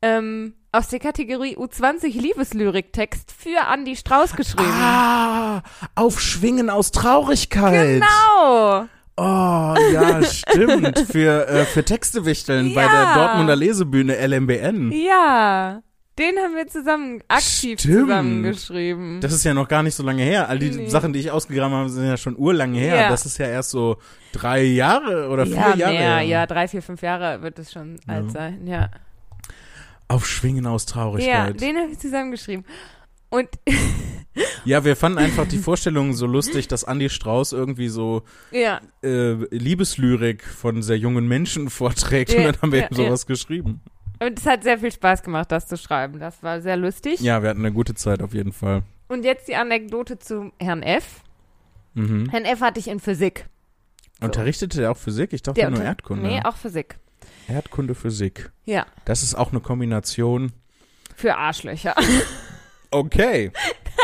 ähm, aus der Kategorie U20 Liebeslyriktext für Andy Strauß geschrieben.
Ah, auf Schwingen aus Traurigkeit.
Genau.
Oh, ja, stimmt. Für, äh, für Textewichteln bei der
Ja.
Dortmunder Lesebühne LMBN.
Ja, den haben wir zusammen aktiv
Stimmt.
zusammengeschrieben.
Das ist ja noch gar nicht so lange her. All die
Nee.
Sachen, die ich ausgegraben habe, sind ja schon urlange her.
Ja.
Das ist ja erst so drei Jahre oder vier
ja,
Jahre.
mehr,
her.
ja, drei, vier, fünf Jahre wird es schon
Ja.
alt sein, ja.
Auf Schwingen aus
Ja,
Traurigkeit. Ja,
den habe ich zusammengeschrieben. Und
wir fanden einfach die Vorstellung so lustig, dass Andy Strauß irgendwie so
ja,
äh, Liebeslyrik von sehr jungen Menschen vorträgt.
Ja,
Und dann haben wir
ja,
eben sowas geschrieben.
und es hat sehr viel Spaß gemacht, das zu schreiben. Das war sehr lustig.
Ja, wir hatten eine gute Zeit auf jeden Fall.
Und jetzt die Anekdote zu Herrn F.
Mhm.
Herrn F hatte ich in Physik.
Unterrichtete der auch Physik? Ich dachte
Der
nur
unter-
Erdkunde.
Nee, auch Physik.
Erdkunde, Physik.
Ja,
Das ist auch eine Kombination.
für Arschlöcher.
Okay,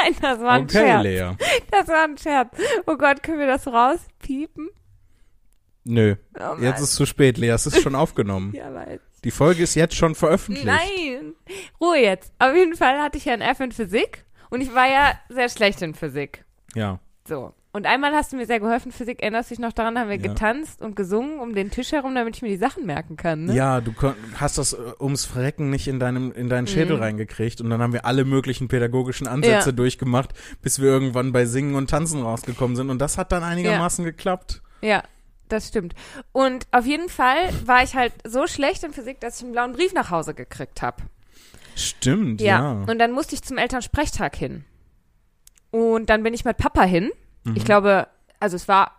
Nein, das war ein
okay,
Scherz.
Lea.
Das war ein Scherz. Oh Gott, können wir das rauspiepen?
Nö,
Oh
jetzt ist zu spät, Lea. Es ist schon aufgenommen.
ja, leid.
Die Folge ist jetzt schon veröffentlicht.
Nein! Ruhe jetzt. Auf jeden Fall hatte ich ja ein F in Physik und ich war ja sehr schlecht in Physik.
Ja,
So. Und einmal hast du mir sehr geholfen, Physik, erinnerst du dich noch daran, haben wir
Ja.
getanzt und gesungen um den Tisch herum, damit ich mir die Sachen merken kann. Ne?
ja du kon- hast das äh, ums Verrecken nicht in, deinem, in deinen Schädel reingekriegt und dann haben wir alle möglichen pädagogischen Ansätze
Mhm. Ja.
durchgemacht, bis wir irgendwann bei Singen und Tanzen rausgekommen sind und das hat dann einigermaßen geklappt.
Ja, das stimmt. Und auf jeden Fall war ich halt so schlecht in Physik, dass ich einen blauen Brief nach Hause gekriegt habe.
Stimmt,
Ja.
ja.
Und dann musste ich zum Elternsprechtag hin. Und dann bin ich mit Papa hin.
Mhm.
Ich glaube, also es war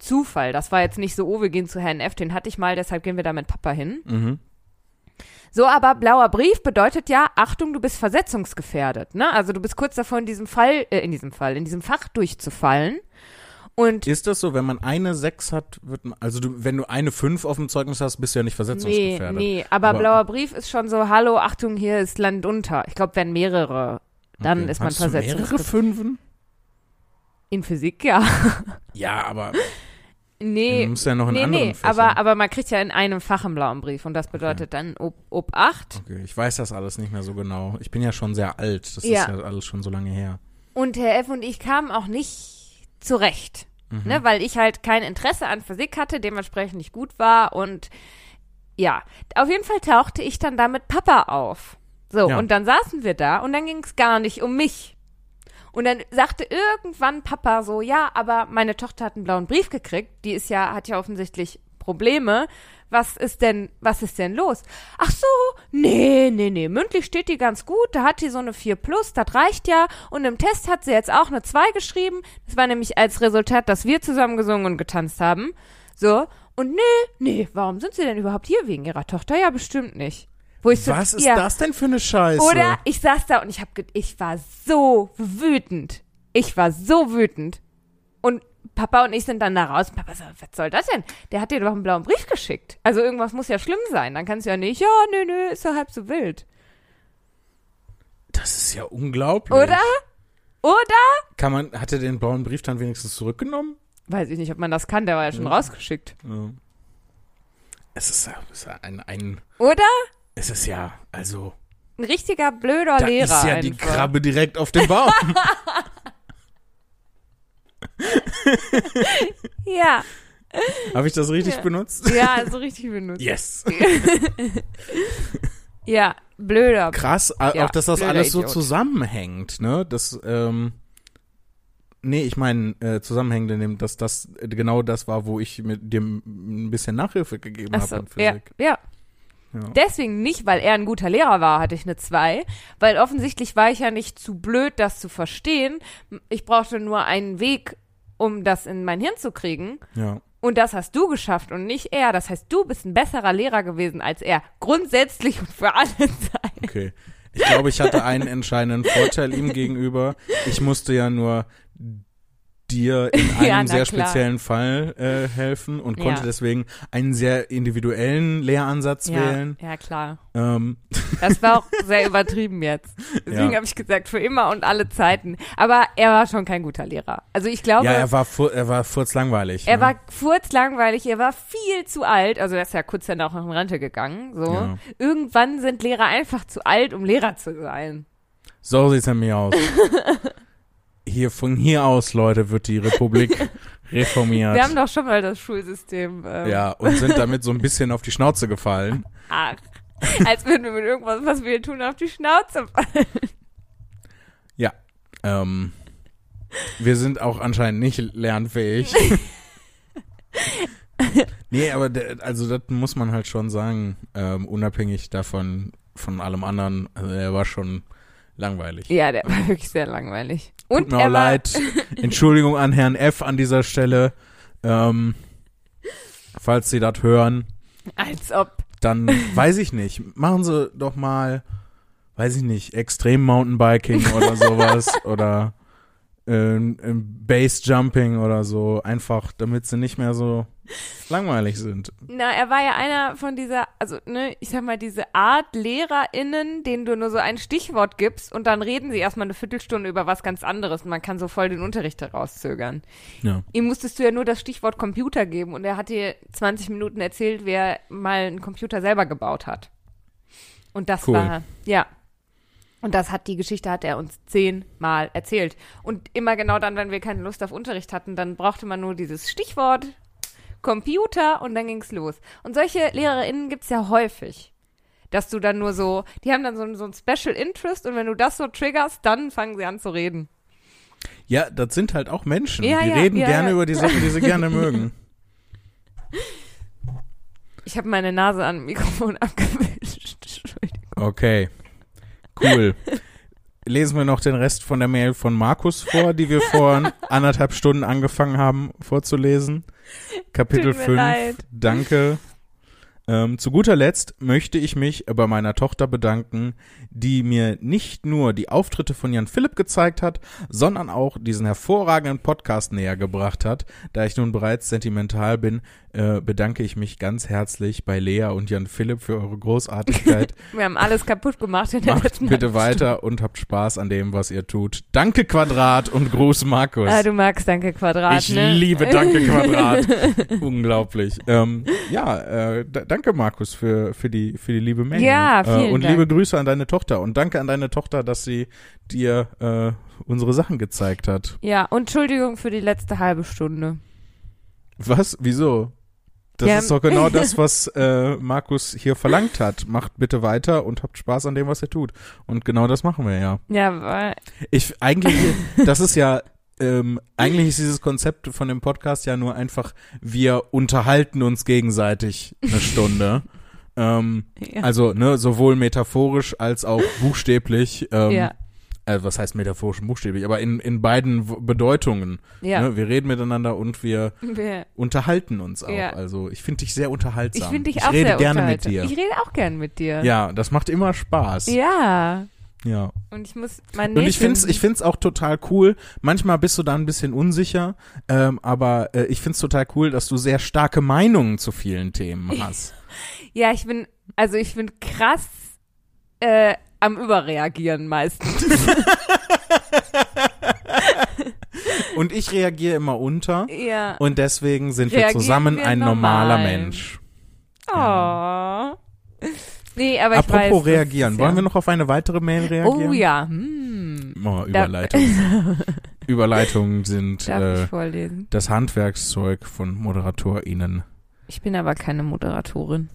Zufall. Das war jetzt nicht so, oh, wir gehen zu Herrn F., den hatte ich mal, deshalb gehen wir da mit Papa hin.
Mhm.
So, aber blauer Brief bedeutet ja, Achtung, du bist versetzungsgefährdet. Ne? Also du bist kurz davor, in diesem Fall, äh, in diesem Fall, in diesem Fach durchzufallen. Und
Ist das so, wenn man eine 6 hat, wird man, also du, wenn du eine 5 auf dem Zeugnis hast, bist du ja nicht
nee,
versetzungsgefährdet.
nee, aber,
Aber-
blauer Brief ist schon so, hallo, Achtung, hier ist Land unter. Ich glaube, wenn mehrere, dann
Okay.
ist man
Hattest du Mehrere
versetzungsgefährdet.
Fünfen?
In Physik, ja.
Ja, aber
Nee,
Du musst ja noch in
nee,
anderen
nee,
Fächern.
aber, aber man kriegt ja in einem Fach einen blauen Brief und das bedeutet dann ob, ob 8.
okay, ich weiß das alles nicht mehr so genau. Ich bin ja schon sehr alt. Das
Ja.
ist ja alles schon so lange her.
Und Herr F. und ich kamen auch nicht zurecht.
Mhm.
Ne, weil ich halt kein Interesse an Physik hatte, dementsprechend nicht gut war und ja, auf jeden Fall tauchte ich dann da mit Papa auf. So,
Ja.
und dann saßen wir da und dann ging es gar nicht um mich. Und dann sagte irgendwann Papa so, ja, aber meine Tochter hat einen blauen Brief gekriegt, die ist ja, hat ja offensichtlich Probleme. Was ist denn, was ist denn los? Ach so, nee, nee, nee, mündlich steht die ganz gut, da hat die so eine 4 plus, das reicht ja. Und im Test hat sie jetzt auch eine 2 geschrieben. Das war nämlich als Resultat, dass wir zusammen gesungen und getanzt haben. So, und nee, nee, warum sind sie denn überhaupt hier wegen ihrer Tochter? Ja, bestimmt nicht. Wo ich so,
Was ist
ja.
das denn für eine Scheiße?
Oder ich saß da und ich hab, ge- ich war so wütend. Ich war so wütend. Und Papa und ich sind dann da raus. Papa so, was soll das denn? Der hat dir doch einen blauen Brief geschickt. Also irgendwas muss ja schlimm sein. Dann kannst du ja nicht, ja, nö, nö, ist doch halb so wild.
Das ist ja unglaublich.
Oder? Oder?
Kann man, hat er den blauen Brief dann wenigstens zurückgenommen?
Weiß ich nicht, ob man das kann, der war ja
Hm.
schon rausgeschickt.
Es ist ja, es ist ja ein, ein,
Oder?
es ist ja, also,
Ein richtiger blöder
da
Lehrer.
ist ja
einfach.
die Krabbe direkt auf dem Baum.
Ja,
Habe ich das richtig
Ja.
benutzt?
ja, so richtig benutzt.
Yes.
Ja, blöder.
Krass, a-
Ja,
auch dass das
blöder
alles so
Idiot.
zusammenhängt, ne? Das, ähm, nee, ich meine, äh, zusammenhängend in dem, dass das äh, genau das war, wo ich mit dem ein bisschen Nachhilfe gegeben
Ach
habe
so,
in
ja,
Physik.
ja.
Ja.
Deswegen nicht, weil er ein guter Lehrer war, hatte ich eine 2, weil offensichtlich war ich ja nicht zu blöd, das zu verstehen. Ich brauchte nur einen Weg, um das in mein Hirn zu kriegen.
Ja.
Und das hast du geschafft und nicht er. Das heißt, du bist ein besserer Lehrer gewesen als er. Grundsätzlich und für alle Zeiten.
Okay. Ich glaube, ich hatte einen entscheidenden Vorteil ihm gegenüber. Ich musste ja nur dir in einem
Ja, na
sehr
klar.
speziellen Fall äh, helfen und
Ja.
konnte deswegen einen sehr individuellen Lehransatz wählen.
ja, klar.
Ähm,
Das war auch sehr übertrieben jetzt. Deswegen
Ja.
habe ich gesagt, für immer und alle Zeiten. Aber er war schon kein guter Lehrer. Also ich glaube,
ja, er war, fu er war furzlangweilig.
Er
ne?
war furzlangweilig, er war viel zu alt. Also er ist ja kurz dann auch in Rente gegangen. So.
Ja.
Irgendwann sind Lehrer einfach zu alt, um Lehrer zu sein.
So sieht's nämlich aus. Hier, von hier aus, Leute, wird die Republik reformiert.
Wir haben doch schon mal das Schulsystem. Ähm,
ja, und sind damit so ein bisschen auf die Schnauze gefallen.
Ach, als würden wir mit irgendwas, was wir hier tun, auf die Schnauze fallen.
Ähm, wir sind auch anscheinend nicht lernfähig. nee, aber der, also das muss man halt schon sagen, ähm, unabhängig davon, von allem anderen, also er war schon langweilig.
Ja, der war wirklich sehr langweilig. Und
Tut mir
er
auch leid. Entschuldigung an Herrn F. an dieser Stelle. Ähm, falls Sie das hören.
War, als ob.
dann weiß ich nicht, machen sie doch mal, weiß ich nicht, Extrem Mountainbiking oder sowas oder ähm, ähm, Base Jumping oder so, einfach damit sie nicht mehr so langweilig sind.
Na, er war ja einer von dieser, also, ne, ich sag mal, diese Art LehrerInnen, denen du nur so ein Stichwort gibst und dann reden sie erstmal eine Viertelstunde über was ganz anderes und man kann so voll den Unterricht herauszögern.
Ja.
Ihm musstest du ja nur das Stichwort Computer geben und er hat dir 20 Minuten erzählt, wer mal einen Computer selber gebaut hat. Und das
Cool.
war, ja. Und das hat die Geschichte hat er uns zehnmal erzählt. Und immer genau dann, wenn wir keine Lust auf Unterricht hatten, dann brauchte man nur dieses Stichwort Computer und dann ging's los. Und solche LehrerInnen gibt's ja häufig. Dass du dann nur so, die haben dann so, ein- so ein Special Interest und wenn du das so triggerst, dann fangen sie an zu reden.
Ja, das sind halt auch Menschen,
Ja,
die
ja,
reden
ja,
gerne
ja.
über die Sachen, die sie gerne mögen.
Ich habe meine Nase an dem Mikrofon abgewischt. Entschuldigung.
Okay. Cool. Lesen wir noch den Rest von der Mail von Markus vor, die wir vor anderthalb Stunden angefangen haben vorzulesen. Kapitel
Tut mir
5.
leid.
Danke. Ähm, zu guter Letzt möchte ich mich bei meiner Tochter bedanken, die mir nicht nur die Auftritte von Jan Philipp gezeigt hat, sondern auch diesen hervorragenden Podcast näher gebracht hat. Da ich nun bereits sentimental bin, äh, bedanke ich mich ganz herzlich bei Lea und Jan Philipp für eure Großartigkeit.
Wir haben alles kaputt gemacht in der
Macht
letzten
bitte
halben
weiter und habt Spaß an dem, was ihr tut. Danke Quadrat und Gruß Markus.
Stunde. Ah, du magst Danke Quadrat,
ich
ne?
liebe Danke Quadrat. Unglaublich. Ähm, ja, äh, d- danke Markus für, für, die, für die liebe Mail.
Ja, vielen
äh, Und
Dank.
liebe Grüße an deine Tochter und danke an deine Tochter, dass sie dir äh, unsere Sachen gezeigt hat.
Ja, und Entschuldigung für die letzte halbe Stunde.
Was? Wieso? Das
Ja,
ist doch genau das, was äh, Markus hier verlangt hat. Macht bitte weiter und habt Spaß an dem, was ihr tut. Und genau das machen wir ja.
Ja, weil,
Ich eigentlich, das ist ja, ähm, eigentlich ist dieses Konzept von dem Podcast ja nur einfach, wir unterhalten uns gegenseitig eine Stunde. ähm,
ja.
also, ne, sowohl metaphorisch als auch buchstäblich. Ähm,
ja,
äh, was heißt metaphorisch und buchstäblich? Aber in, in beiden W- Bedeutungen.
ja.
Ne? Wir reden miteinander und wir
Wir-
unterhalten uns auch.
Ja.
Also, ich finde dich sehr
Ich
unterhaltsam.
finde dich auch
rede
sehr
gerne mit
unterhaltsam.
dir.
Ich rede auch gern mit dir.
ja, das macht immer Spaß.
Ja.
ja.
Und ich muss mein
Und ich find's, ich find's auch total cool. Manchmal bist du da ein bisschen unsicher, ähm, aber äh, ich find's total cool, dass du sehr starke Meinungen zu vielen Themen hast.
Ja, ich bin, also ich bin krass äh, am Überreagieren meistens.
Und ich reagiere immer unter.
ja.
Und deswegen sind wir
Reagieren
zusammen
wir
ein normaler
normal.
Mensch.
Oh. Nee, aber ich weiß.
Apropos
das
reagieren,
ist,
wollen
ja.
wir noch auf eine weitere Mail reagieren?
Oh ja. Hm.
Oh,
Da-
Überleitung. Überleitungen sind
Darf
äh,
ich vorlesen?
das Handwerkszeug von ModeratorInnen.
Ich bin aber keine Moderatorin.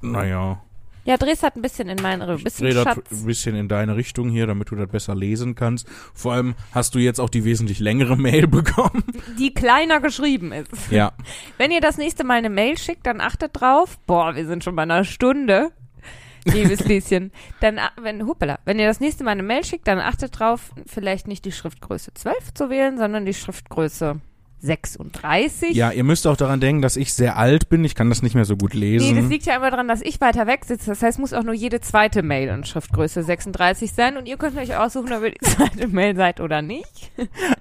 Naja.
Ja, Dres hat ein bisschen in meine ein bisschen
dreh das
Schatz.
ein bisschen in deine Richtung hier, damit du das besser lesen kannst. Vor allem hast du jetzt auch die wesentlich längere Mail bekommen.
die kleiner geschrieben ist.
Ja.
Wenn ihr das nächste Mal eine Mail schickt, dann achtet drauf. Boah, wir sind schon bei einer Stunde. Liebes Lieschen. Dann, a- wenn, hoppala, wenn ihr das nächste Mal eine Mail schickt, dann achtet drauf, vielleicht nicht die Schriftgröße 12 zu wählen, sondern die Schriftgröße 36.
Ja, ihr müsst auch daran denken, dass ich sehr alt bin. Ich kann das nicht mehr so gut
Nee, das
lesen.
liegt ja immer daran, dass ich weiter weg sitze. Das heißt, muss auch nur jede zweite Mail in Schriftgröße 36 sein. Und ihr könnt euch aussuchen, ob ihr die zweite Mail seid oder nicht.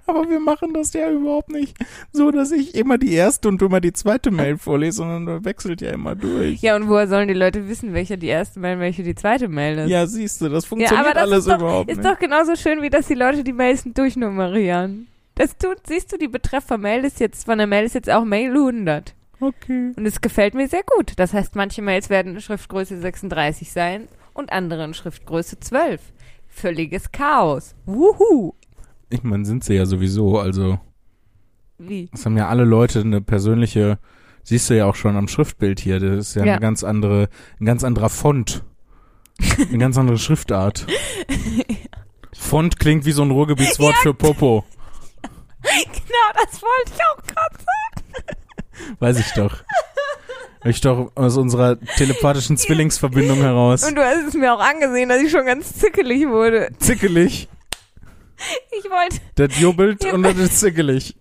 Aber wir machen das ja überhaupt nicht so, dass ich immer die erste und du immer die zweite Mail vorlese, sondern man wechselt ja immer durch.
Ja, und woher sollen die Leute wissen, welche die erste Mail, welche die zweite Mail ist?
Ja, siehst du, das
Ja,
funktioniert
aber das
alles
ist doch,
überhaupt
ist
nicht.
doch genauso schön, wie dass die Leute die Mails durchnummerieren. Das tut, siehst du, die Betreffer Mail ist jetzt, von der Mail ist jetzt auch Mail 100.
okay.
Und es gefällt mir sehr gut. Das heißt, manche Mails werden in Schriftgröße 36 sein und andere in Schriftgröße 12. Völliges Chaos. Wuhu.
Ich meine, sind sie ja sowieso, also.
Wie?
Das haben ja alle Leute eine persönliche, siehst du ja auch schon am Schriftbild hier, das ist ja,
Ja.
eine ganz andere, ein ganz anderer Font. Eine ganz andere Schriftart. Font klingt wie so ein Ruhrgebietswort für Popo.
Genau, das wollte ich auch gerade sagen.
Weiß ich doch. Hab Ich doch aus unserer telepathischen Zwillingsverbindung heraus.
Und du hast es mir auch angesehen, dass ich schon ganz zickelig wurde.
Zickelig.
Ich wollte,
Das jubelt und das ist zickelig.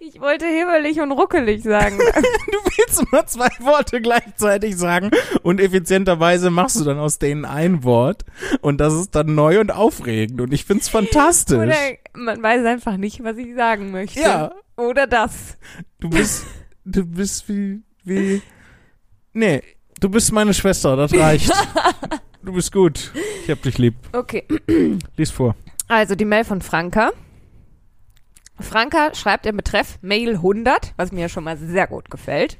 ich wollte hibbelig und ruckelig sagen.
Du willst immer zwei Worte gleichzeitig sagen und effizienterweise machst du dann aus denen ein Wort und das ist dann neu und aufregend und ich find's fantastisch.
Oder man weiß einfach nicht, was ich sagen möchte.
Ja.
Oder das.
Du bist, du bist wie, wie, nee, du bist meine Schwester, das reicht. Du bist gut. Ich hab dich lieb.
Okay.
Lies vor.
Also die Mail von Franka. Franka schreibt im Betreff Mail 100, was mir schon mal sehr gut gefällt.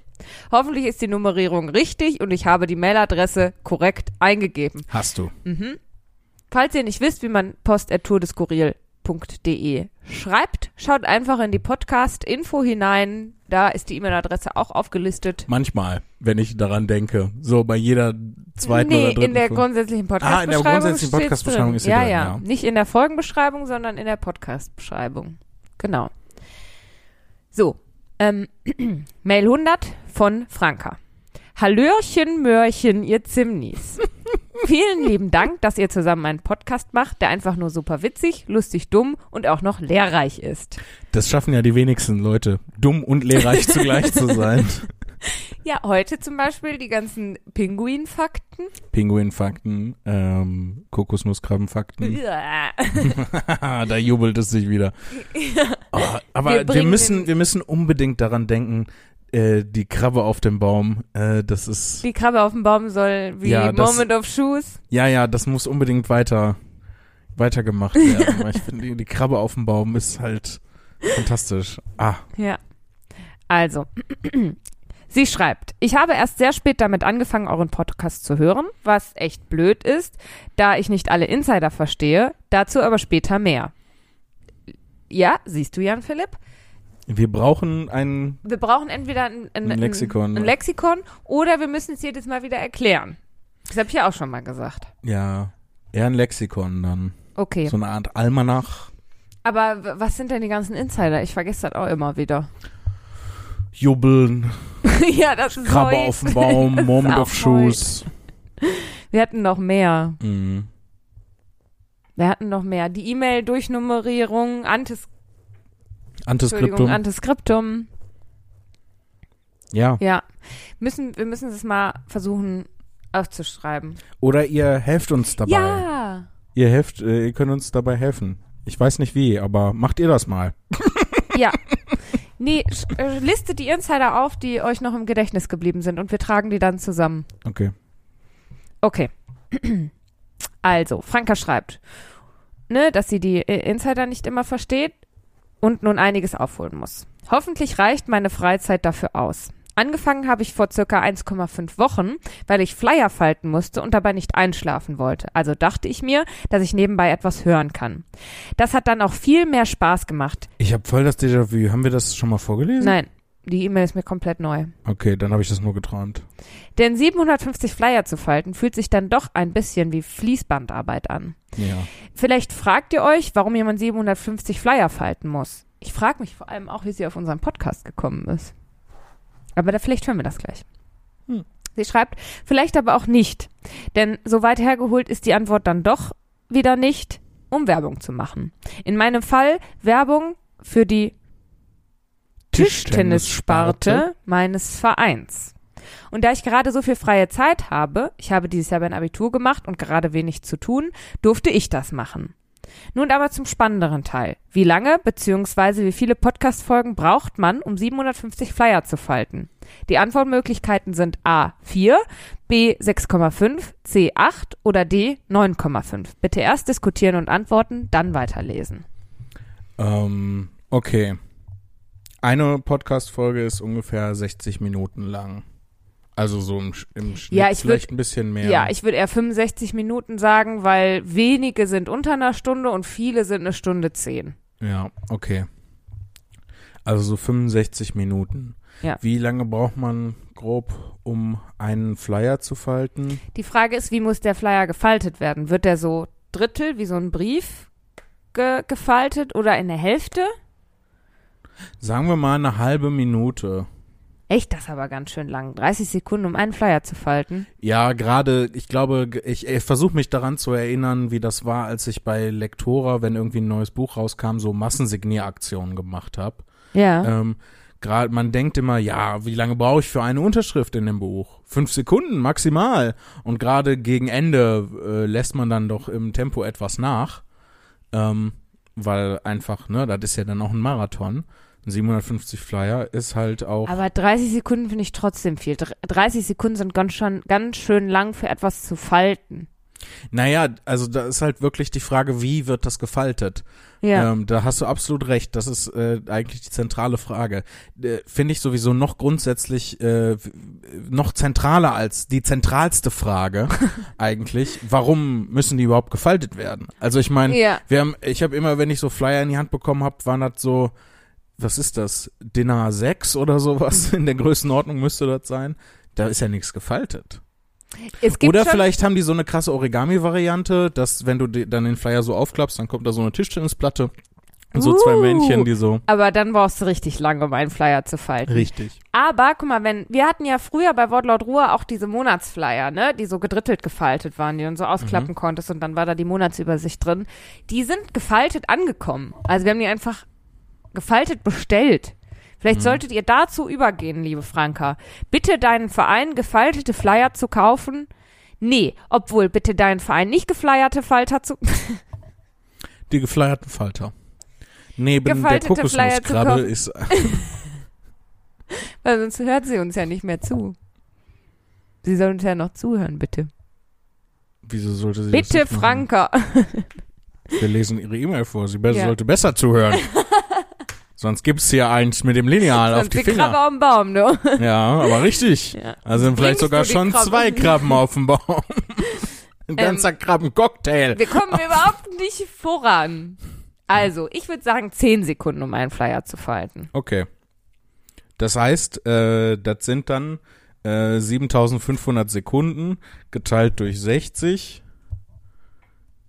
Hoffentlich ist die Nummerierung richtig und ich habe die Mailadresse korrekt eingegeben.
Hast du.
Falls ihr nicht wisst, wie man Post at Tour des Kurier.de schreibt, schaut einfach in die Podcast-Info hinein. Da ist die E-Mail-Adresse auch aufgelistet.
Manchmal, wenn ich daran denke. So bei jeder zweiten
nee,
oder dritten.
in der
Folge. Ah,
grundsätzlichen Podcast-Beschreibung.
grundsätzlichen
steht's
Podcast-Beschreibung
drin.
ist sie
ja,
drin,
ja,
ja.
Nicht in der Folgenbeschreibung, sondern in der Podcast-Beschreibung. Genau. So, ähm, Mail 100 von Franka. Hallöchen, Möhrchen, ihr Zimnis. Vielen lieben Dank, dass ihr zusammen einen Podcast macht, der einfach nur super witzig, lustig, dumm und auch noch lehrreich ist.
das schaffen ja die wenigsten Leute, dumm und lehrreich zugleich zu sein.
Ja, heute zum Beispiel die ganzen Pinguinfakten.
Pinguinfakten, ähm, Kokosnusskrabbenfakten.
fakten
da jubelt es sich wieder. Oh,
Wir
aber wir,
bringen den-
müssen, wir müssen unbedingt daran denken, äh, die Krabbe auf dem Baum, äh, das ist,
Die Krabbe auf dem Baum soll wie
Ja, das-
Moment of Shoes.
ja, ja, das muss unbedingt weiter, weitergemacht werden. weil ich finde, die- die Krabbe auf dem Baum ist halt fantastisch. Ah,
Ja. Also, Sie schreibt, ich habe erst sehr spät damit angefangen, euren Podcast zu hören, was echt blöd ist, da ich nicht alle Insider verstehe, dazu aber später mehr. Ja, siehst du, Jan Philipp?
Wir brauchen einen.
Wir brauchen entweder ein, ein,
Ein Lexikon,
ein,
ne?
Lexikon oder wir müssen es jedes Mal wieder erklären. Das habe ich ja auch schon mal gesagt.
Ja. Eher ein Lexikon dann.
Okay.
So eine Art Almanach.
Aber w- was sind denn die ganzen Insider? Ich vergesse das auch immer wieder.
Jubeln,
ja, das ist
Krabbe
neu.
auf dem Baum,
Das ist
Murmel
auch
auf Schoß.
Wir hatten noch mehr.
Mhm.
Wir hatten noch mehr. Die E-Mail-Durchnummerierung, Antes Entschuldigung,
Antiskriptum.
Antiskriptum.
ja.
Ja. Müssen, wir müssen es mal versuchen aufzuschreiben.
Oder ihr helft uns dabei.
Ja.
Ihr helft, äh, ihr könnt uns dabei helfen. Ich weiß nicht wie, aber macht ihr das mal.
Ja. Nee, sch- äh, listet die Insider auf, die euch noch im Gedächtnis geblieben sind und wir tragen die dann zusammen.
Okay.
Okay. Also, Franka schreibt, ne, dass sie die äh, Insider nicht immer versteht und nun einiges aufholen muss. Hoffentlich reicht meine Freizeit dafür aus. Angefangen habe ich vor circa 1,5 Wochen, weil ich Flyer falten musste und dabei nicht einschlafen wollte. Also dachte ich mir, dass ich nebenbei etwas hören kann. Das hat dann auch viel mehr Spaß gemacht.
Ich habe voll das Déjà-vu. Haben wir das schon mal vorgelesen?
Nein, die E-Mail ist mir komplett neu.
Okay, dann habe ich das nur geträumt.
Denn 750 Flyer zu falten fühlt sich dann doch ein bisschen wie Fließbandarbeit an.
Ja.
Vielleicht fragt ihr euch, warum jemand 750 Flyer falten muss. Ich frage mich vor allem auch, wie sie auf unseren Podcast gekommen ist. Aber da vielleicht hören wir das gleich.
Hm.
Sie schreibt, vielleicht aber auch nicht. Denn so weit hergeholt ist die Antwort dann doch wieder nicht, um Werbung zu machen. In meinem Fall Werbung für die Tischtennissparte meines Vereins. Und da ich gerade so viel freie Zeit habe, ich habe dieses Jahr mein Abitur gemacht und gerade wenig zu tun, durfte ich das machen. Nun aber zum spannenderen Teil. Wie lange bzw. wie viele Podcast-Folgen braucht man, um 750 Flyer zu falten? Die Antwortmöglichkeiten sind A 4, B 6,5, C 8 oder D 9,5. Bitte erst diskutieren und antworten, dann weiterlesen.
Ähm, okay. Eine Podcast-Folge ist ungefähr 60 Minuten lang. Also so im, Sch- im Schnitt
Ja, ich würd-
vielleicht ein bisschen mehr.
Ja, ich würde eher 65 Minuten sagen, weil wenige sind unter einer Stunde und viele sind eine Stunde zehn.
Ja, okay. Also so 65 Minuten.
Ja.
Wie lange braucht man grob, um einen Flyer zu falten?
Die Frage ist, wie muss der Flyer gefaltet werden? Wird der so Drittel, wie so ein Brief, ge gefaltet oder in der Hälfte?
Sagen wir mal eine halbe Minute.
Echt, das ist aber ganz schön lang. 30 Sekunden, um einen Flyer zu falten.
Ja, gerade, ich glaube, g- ich, ich versuche mich daran zu erinnern, wie das war, als ich bei Lektora, wenn irgendwie ein neues Buch rauskam, so Massensignieraktionen gemacht habe.
Ja.
Ähm, Gerade man denkt immer, ja, wie lange brauche ich für eine Unterschrift in dem Buch? Fünf Sekunden maximal. Und gerade gegen Ende äh, lässt man dann doch im Tempo etwas nach, ähm, weil einfach, ne, das ist ja dann auch ein Marathon. Ein 750 Flyer ist halt auch.
Aber 30 Sekunden finde ich trotzdem viel. Dr- 30 Sekunden sind ganz schön, ganz schön lang für etwas zu falten.
Naja, also da ist halt wirklich die Frage, wie wird das gefaltet?
Ja.
Ähm, da hast du absolut recht. Das ist äh, eigentlich die zentrale Frage. Äh, Finde ich sowieso noch grundsätzlich äh, w- noch zentraler als die zentralste Frage eigentlich. Warum müssen die überhaupt gefaltet werden? Also ich meine,
Ja.
wir haben, ich habe immer, wenn ich so Flyer in die Hand bekommen habe, waren das so, was ist das? Dinner 6 oder sowas
Mhm.
in der Größenordnung müsste das sein. Da ist ja nichts gefaltet.
Es gibt
Oder
schon,
vielleicht haben die so eine krasse Origami-Variante, dass wenn du die, dann den Flyer so aufklappst, dann kommt da so eine Tischtennisplatte und so zwei
Uh.
Männchen, die so.
aber dann brauchst du richtig lange, um einen Flyer zu falten.
Richtig.
Aber guck mal, wenn wir hatten ja früher bei Wortlaut Ruhe auch diese Monatsflyer, ne, die so gedrittelt gefaltet waren, die du dann so ausklappen
Mhm.
konntest und dann war da die Monatsübersicht drin. Die sind gefaltet angekommen. Also wir haben die einfach gefaltet bestellt. Vielleicht
Mhm.
solltet ihr dazu übergehen, liebe Franka. Bitte deinen Verein gefaltete Flyer zu kaufen. Nee, obwohl bitte deinen Verein nicht geflyerte Falter zu
Die geflyerten Falter. Neben
Gefaltete
der
Flyer zu
Kokosnusskrabbe
kaufen.
ist. äh,
Weil sonst hört sie uns ja nicht mehr zu. Sie soll uns ja noch zuhören, bitte.
Wieso sollte sie das
Bitte,
nicht machen?
Franka.
Wir lesen ihre E-Mail vor. Sie be-
Ja.
sollte besser zuhören. Sonst gibt's hier eins mit dem Lineal auf
Sonst
die
die Krabbe
Finger.
auf dem Baum, ne?
Ja, aber richtig.
Ja.
Also sind vielleicht
Bringst du
sogar
die
schon
Krabben? Ähm,
zwei Krabben auf dem Baum. Ein ganzer Krabbencocktail.
Wir kommen überhaupt nicht voran. Also, ich würde sagen, 10 Sekunden, um einen Flyer zu falten.
Okay. Das heißt, äh, das sind dann äh, 7500 Sekunden geteilt durch 60.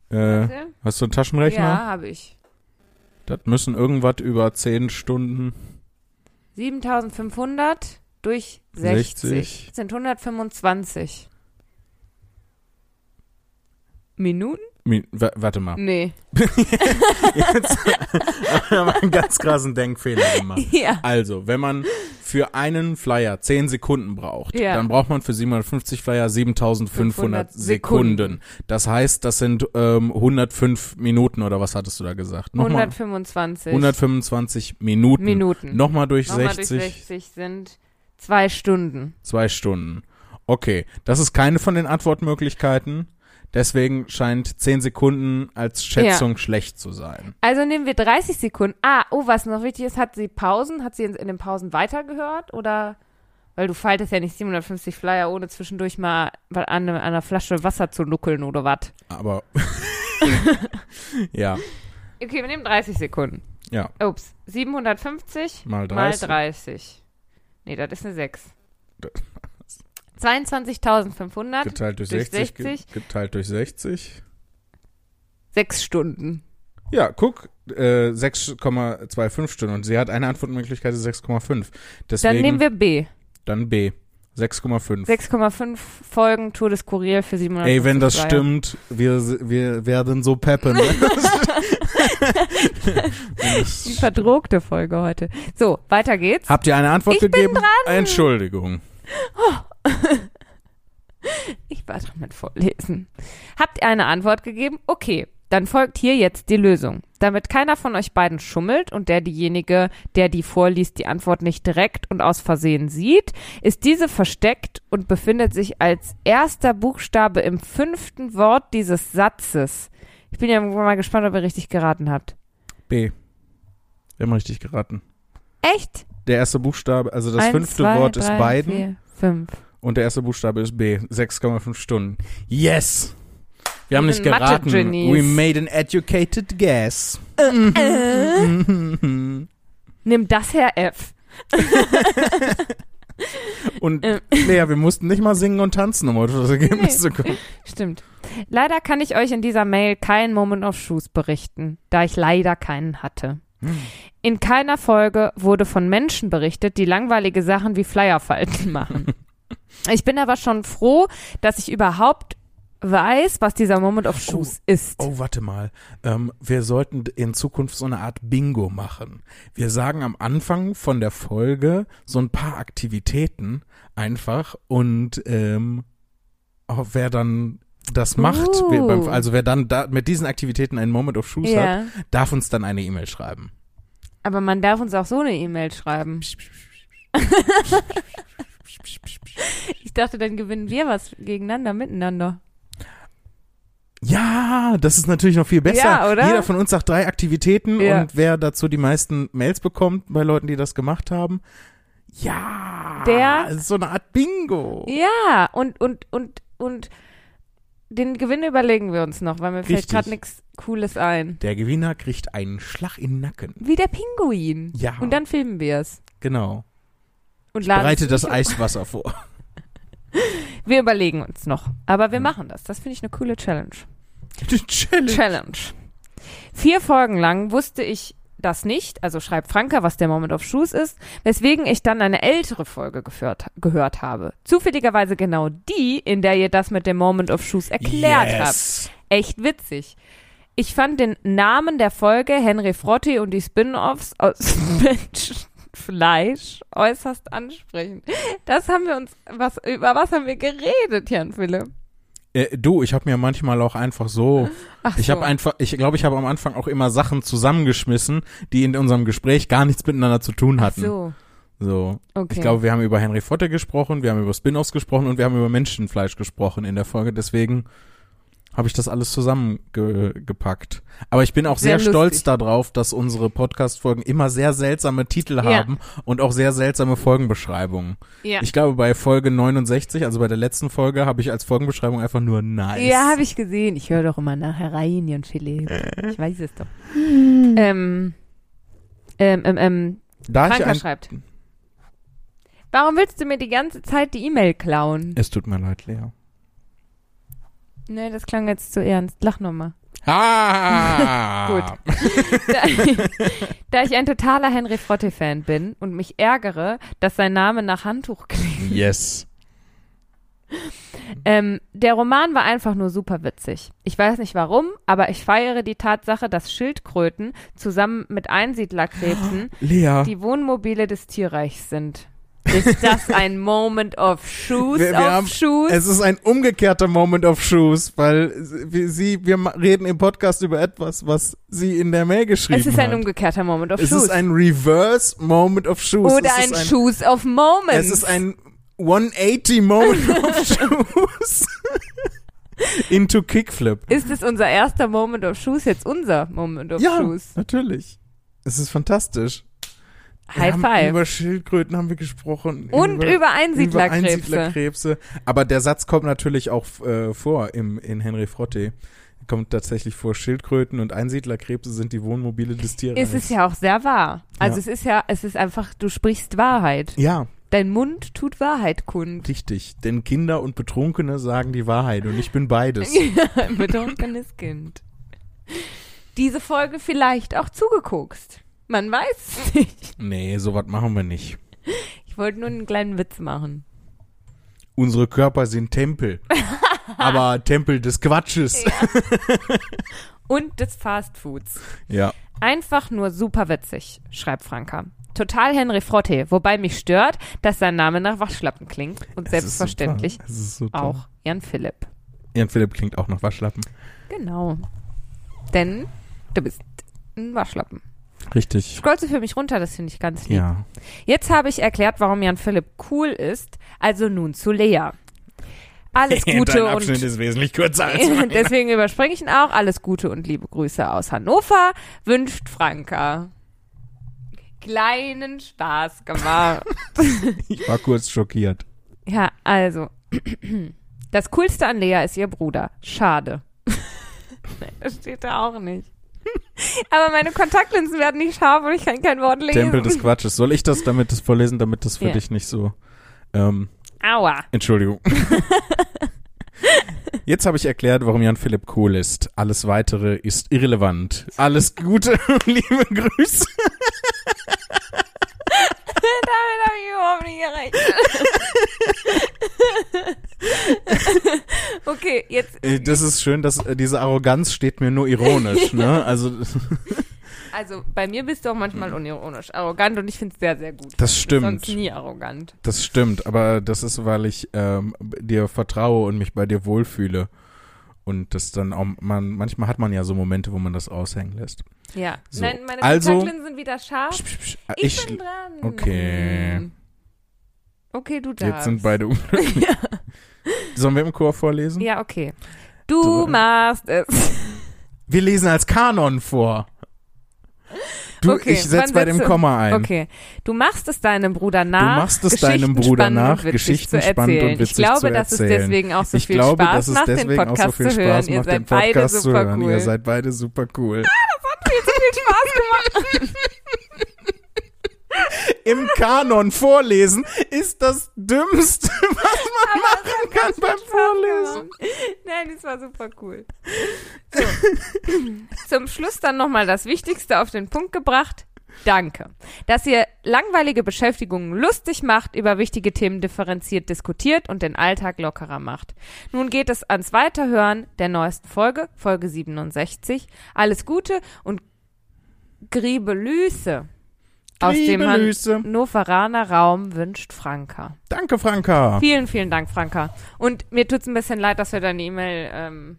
Äh,
Warte.
hast du einen Taschenrechner?
Ja, habe ich.
Das müssen irgendwas über 10 Stunden.
7500 durch 60,
60.
sind 125. Minuten?
Mi- wa- Warte mal.
Nee.
Jetzt haben wir einen ganz krassen Denkfehler gemacht.
Ja.
Also, wenn man für einen Flyer 10 Sekunden braucht,
Ja.
dann braucht man für 750 Flyer 7500
500
Sekunden.
Sekunden.
Das heißt, das sind ähm, 105 Minuten oder was hattest du da gesagt? Nochmal,
125
125 Minuten.
Minuten.
Nochmal durch
Nochmal
60,
durch 60 sind zwei Stunden.
zwei Stunden. Okay, das ist keine von den Antwortmöglichkeiten. Deswegen scheint 10 Sekunden als Schätzung schlecht zu sein.
Also nehmen wir 30 Sekunden. Ah, oh, was noch wichtig ist, hat sie Pausen? Hat sie in, in den Pausen weitergehört? Oder, weil du faltest ja nicht 750 Flyer, ohne zwischendurch mal wa- an, ne- an einer Flasche Wasser zu nuckeln oder was.
Aber ja,
Okay, wir nehmen 30 Sekunden.
ja,
Ups, 750
mal
mal
30.
30. Nee, das ist eine 6. 22.500,
Geteilt durch,
Durch
60, ge-
60.
Geteilt durch 60.
6 Stunden.
Ja, guck, äh, 6,25 Stunden. Und sie hat eine Antwortmöglichkeit, ist 6,5. Deswegen
Dann nehmen wir B.
dann B. 6,5.
6,5 Folgen Tour des Kurier für 750
Ey, wenn das
Flyer.
stimmt, wir, wir werden so peppen.
Die verdruckte Folge heute. So, weiter geht's.
Habt ihr eine Antwort
Ich bin
gegeben? Entschuldigung.
Ich war dran mit Vorlesen. Habt ihr eine Antwort gegeben? Okay, dann folgt hier jetzt die Lösung. Damit keiner von euch beiden schummelt und der diejenige, der die vorliest, die Antwort nicht direkt und aus Versehen sieht, ist diese versteckt und befindet sich als erster Buchstabe im fünften Wort dieses Satzes. Ich bin ja mal gespannt, ob ihr richtig geraten habt.
B. Wir haben richtig geraten.
Echt?
Der erste Buchstabe, also das
Eins,
fünfte
zwei,
Wort
drei,
ist beiden.
Vier, fünf.
Und der erste Buchstabe ist B. 6,5 Stunden. Yes! Wir haben
Wir
nicht
sind
geraten.
Mathe-Genies.
We made an educated guess.
Äh. Nimm das her, F.
Und Lea, wir mussten nicht mal singen und tanzen, um auf das Ergebnis zu kommen.
Stimmt. Leider kann ich euch in dieser Mail keinen Moment of Shoes berichten, da ich leider keinen hatte.
Hm.
In keiner Folge wurde von Menschen berichtet, die langweilige Sachen wie Flyerfalten machen. Ich bin aber schon froh, dass ich überhaupt weiß, was dieser Moment of Shoes ist.
Oh, warte mal. Ähm, wir sollten in Zukunft so eine Art Bingo machen. Wir sagen am Anfang von der Folge so ein paar Aktivitäten einfach und ähm, auch wer dann das macht,
Uh.
wer beim- also wer dann da, mit diesen Aktivitäten einen Moment of Shoes hat,
Ja,
darf uns dann eine E-Mail schreiben.
aber man darf uns auch so eine E-Mail schreiben. Ich dachte, dann gewinnen wir was gegeneinander, miteinander.
Ja, das ist natürlich noch viel besser.
Ja, oder?
Jeder von uns sagt drei Aktivitäten
Ja.
und wer dazu die meisten Mails bekommt bei Leuten, die das gemacht haben. Ja,
Der-
ist so eine Art Bingo.
Ja, und, und, und, und den Gewinn überlegen wir uns noch, weil mir fällt
Richtig.
gerade nichts Cooles ein.
Der Gewinner kriegt einen Schlag in den Nacken.
Wie der Pinguin.
Ja.
Und dann filmen wir es.
Genau.
Und laden
Bereite
es
das
nicht
Eiswasser vor.
hoch. Wir überlegen uns noch. Aber wir machen das. Das finde ich eine coole Challenge.
Challenge.
Challenge. Vier Folgen lang wusste ich das nicht, also schreibt Franka, was der Moment of Shoes ist, weswegen ich dann eine ältere Folge geführt, gehört habe. Zufälligerweise genau die, in der ihr das mit dem Moment of Shoes erklärt habt.
yes.
echt witzig. Ich fand den Namen der Folge Henry Frotti und die Spin-offs aus Menschenfleisch äußerst ansprechend. Das haben wir uns was über was haben wir geredet, Jan Philipp?
Äh, du, ich habe mir manchmal auch einfach so,
Ach
ich
so.
habe einfach, ich glaube, ich habe am Anfang auch immer Sachen zusammengeschmissen, die in unserem Gespräch gar nichts miteinander zu tun
Ach
hatten.
so.
so.
Okay.
Ich glaube, wir haben über Henry Fotte gesprochen, wir haben über Spin-offs gesprochen und wir haben über Menschenfleisch gesprochen in der Folge. Deswegen habe ich das alles zusammengepackt. Aber ich bin auch sehr,
Sehr
stolz
lustig.
darauf, dass unsere Podcast-Folgen immer sehr seltsame Titel
Ja.
haben und auch sehr seltsame Folgenbeschreibungen.
Ja.
Ich glaube, bei Folge 69, also bei der letzten Folge, habe ich als Folgenbeschreibung einfach nur nice.
Ja, habe ich gesehen. Ich höre doch immer nachher Heranienfilet.
Äh?
Ich weiß es doch. ähm, ähm, ähm, ähm,
da ich
Franka
ein,
schreibt. Warum willst du mir die ganze Zeit die E-Mail klauen?
es tut mir leid, Lea.
Nee, Ne, das klang jetzt zu ernst. Lach nochmal.
Ah! Gut.
Da, da ich ein totaler Henry Frotte-Fan bin und mich ärgere, dass sein Name nach Handtuch
Mhm.
klingt.
Yes.
Ähm, der Roman war einfach nur super witzig. Ich weiß nicht warum, aber ich feiere die Tatsache, dass Schildkröten zusammen mit Einsiedlerkrebsen
Lea.
die Wohnmobile des Tierreichs sind. Ist das ein Moment of Shoes
Wir- wir
of
haben-
Shoes?
Es ist ein umgekehrter Moment of Shoes, weil sie- wir, sie, wir ma- reden im Podcast über etwas, was sie in der Mail geschrieben
Es ist ein
hat.
umgekehrter Moment of
es
Shoes.
ist ein Reverse Moment of Shoes.
Oder
es
ein,
ist ein
Shoes of Moments.
Es ist ein 180 Moment of Shoes. Into Kickflip.
Ist es unser erster Moment of Shoes jetzt unser Moment of
ja,
Shoes?
natürlich. Es ist fantastisch. Wir
High
haben
five.
Über Schildkröten haben wir gesprochen.
Und über Einsiedlerkrebse.
Über Einsiedlerkrebse. Aber der Satz kommt natürlich auch äh, vor im, in Henry Frotte. Kommt tatsächlich vor, Schildkröten und Einsiedlerkrebse sind die Wohnmobile des Tierreichs.
Ist es ja auch sehr wahr. Also
Ja.
es ist ja, es ist einfach, du sprichst Wahrheit.
Ja,
Dein Mund tut Wahrheit kund.
richtig. Denn Kinder und Betrunkene sagen die Wahrheit und ich bin beides.
Ein betrunkenes Kind. Diese Folge vielleicht auch zugeguckt. Man weiß es nicht.
nee, sowas machen wir nicht.
Ich wollte nur einen kleinen Witz machen.
Unsere Körper sind Tempel. aber Tempel des Quatsches.
Und des Fastfoods.
Ja.
Einfach nur super witzig, schreibt Franka. Total Henry Frotte, wobei mich stört, dass sein Name nach Waschlappen klingt
Es ist
und
so toll.
selbstverständlich
Es ist so toll.
auch Jan Philipp.
Jan Philipp klingt auch nach Waschlappen.
Genau. Denn du bist ein Waschlappen.
Richtig.
Scrollst du für mich runter, das finde ich ganz lieb.
Ja.
Jetzt habe ich erklärt, warum Jan Philipp cool ist, also nun zu Lea. Alles Gute
Dein
und
Abschnitt ist wesentlich kürzer als mein.
deswegen überspringe ich ihn auch. Alles Gute und liebe Grüße aus Hannover, wünscht Franka. Kleinen Spaß gemacht.
Ich war kurz schockiert.
ja, also. Das Coolste an Lea ist ihr Bruder. Schade. Nee, das steht da auch nicht. Aber meine Kontaktlinsen werden nicht scharf und ich kann kein Wort lesen.
Tempel des Quatsches. Soll ich das damit das vorlesen, damit das für
Ja.
dich nicht so. Ähm,
Aua.
Entschuldigung. Jetzt habe ich erklärt, warum Jan Philipp cool ist. Alles weitere ist irrelevant. Alles Gute und liebe Grüße.
Damit habe ich überhaupt nicht gerechnet. okay, jetzt,
Äh, Das ist schön, dass äh, diese Arroganz steht mir nur ironisch, ne? Also
also bei mir bist du auch manchmal unironisch arrogant und ich finde es sehr, sehr gut.
das
Sonst
Hm. stimmt.
nie arrogant.
Das stimmt, aber das ist, weil ich ähm, dir vertraue und mich bei dir wohlfühle. Und das dann auch man manchmal hat man ja so Momente, wo man das aushängen lässt.
Ja.
So,
Nein, meine
also-
Kontaktlinsen sind wieder scharf.
Psch, psch, psch.
Ich,
Ich,
bin dran.
okay.
Okay, du darfst.
jetzt sind beide unglücklich. Sollen wir im Chor vorlesen?
Ja, okay. Du
Du-
machst es.
Wir lesen als Kanon vor. Du,
Okay,
ich setz
wann
bei dem
setzt du-
Komma ein.
Okay. Du machst es deinem Bruder nach.
machst es deinem
Geschichten
Bruder
spannend und
nach,
witzig
Geschichten
zu
spannend und
erzählen. Ich
witzig
glaube,
zu
dass es
erzählen.
deswegen auch so
ich
viel
glaube,
Spaß
dass es
macht, den
deswegen auch
Podcast
so viel
zu hören.
Spaß
Ihr
macht,
seid
den Podcast
beide
zu
super
hören.
cool.
Ihr seid beide super cool.
viel Spaß gemacht.
Im Kanon vorlesen ist das Dümmste, was man machen kann beim Vorlesen.
Nein, das war super cool. So. Zum Schluss dann nochmal das Wichtigste auf den Punkt gebracht. Danke. Dass ihr langweilige Beschäftigungen lustig macht, über wichtige Themen differenziert diskutiert und den Alltag lockerer macht. Nun geht es ans Weiterhören der neuesten Folge, Folge 67. Alles Gute und Griebelüse aus dem
Griebelüse.
Hannoveraner Raum wünscht Franka.
Danke, Franka.
Vielen, vielen Dank, Franka. Und mir tut's ein bisschen leid, dass wir deine E-Mail ähm,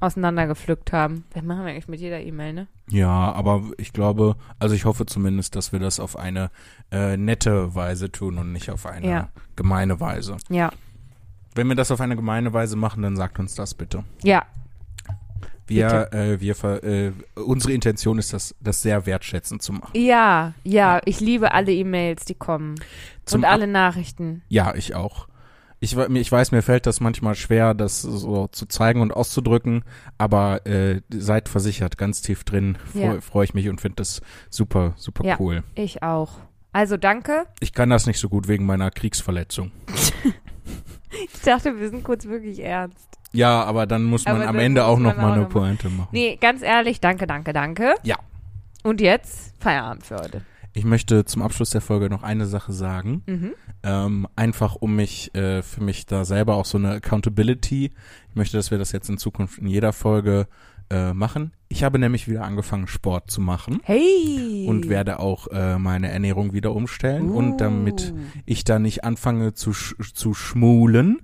auseinandergepflückt haben. Das machen wir eigentlich mit jeder E-Mail, ne?
Ja, aber ich glaube, also ich hoffe zumindest, dass wir das auf eine äh, nette Weise tun und nicht auf eine
Ja.
gemeine Weise.
Ja.
Wenn wir das auf eine gemeine Weise machen, dann sagt uns das bitte.
Ja.
Wir, äh, wir ver, äh, unsere Intention ist, das, das sehr wertschätzend zu machen.
Ja, ja, ich liebe alle E-Mails, die kommen.
Zum
und
Ab-
alle Nachrichten.
Ja, ich auch. Ich, we- mir- ich weiß, mir fällt das manchmal schwer, das so zu zeigen und auszudrücken, aber äh, seid versichert, ganz tief drin freue
Ja.
freu ich mich und finde das super, super
Ja.
cool.
Ich auch. Also danke.
Ich kann das nicht so gut wegen meiner Kriegsverletzung.
Ich dachte, wir sind kurz wirklich ernst.
Ja, aber dann muss man
Aber
am
das
Ende
muss
auch
man
noch
auch
mal eine
noch mal-
Pointe machen.
Nee, ganz ehrlich, danke, danke, danke.
Ja.
Und jetzt Feierabend für heute.
Ich möchte zum Abschluss der Folge noch eine Sache sagen.
Mhm.
Ähm, einfach um mich, äh, für mich da selber auch so eine Accountability. Ich möchte, dass wir das jetzt in Zukunft in jeder Folge äh, machen. Ich habe nämlich wieder angefangen, Sport zu machen
Hey.
und werde auch äh, meine Ernährung wieder umstellen. Und damit
Uh.
ich da nicht anfange zu, sch zu schmulen,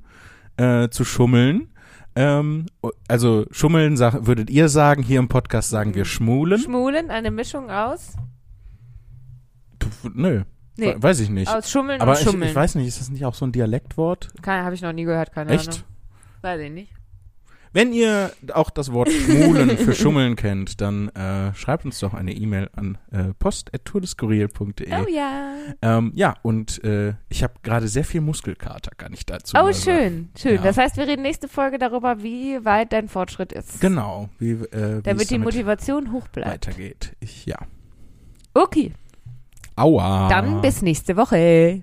äh, zu schummeln. Ähm, also schummeln sag, würdet ihr sagen, hier im Podcast sagen wir schmulen.
Schmulen, eine Mischung aus?
Pff, nö,
Nee,
we- weiß ich nicht.
aus Schummeln
Aber
und
ich,
Schummeln.
ich weiß nicht, ist das nicht auch so ein Dialektwort?
Keine, habe ich noch nie gehört, keine
Echt?
Ahnung. Weiß ich nicht.
Wenn ihr auch das Wort Schmulen für Schummeln kennt, dann äh, schreibt uns doch eine E-Mail an äh, post.tourdeskurril.de.
Oh ja.
ähm, ja, und äh, ich habe gerade sehr viel Muskelkater, kann ich dazu
Oh,
mal Sagen.
schön, schön.
Ja.
Das heißt, wir reden nächste Folge darüber, wie weit dein Fortschritt ist.
Genau, wie, äh, wie es
Damit die
damit
Motivation hoch bleibt.
weitergeht. Ich, ja.
Okay,
Aua. Ah.
dann bis nächste Woche.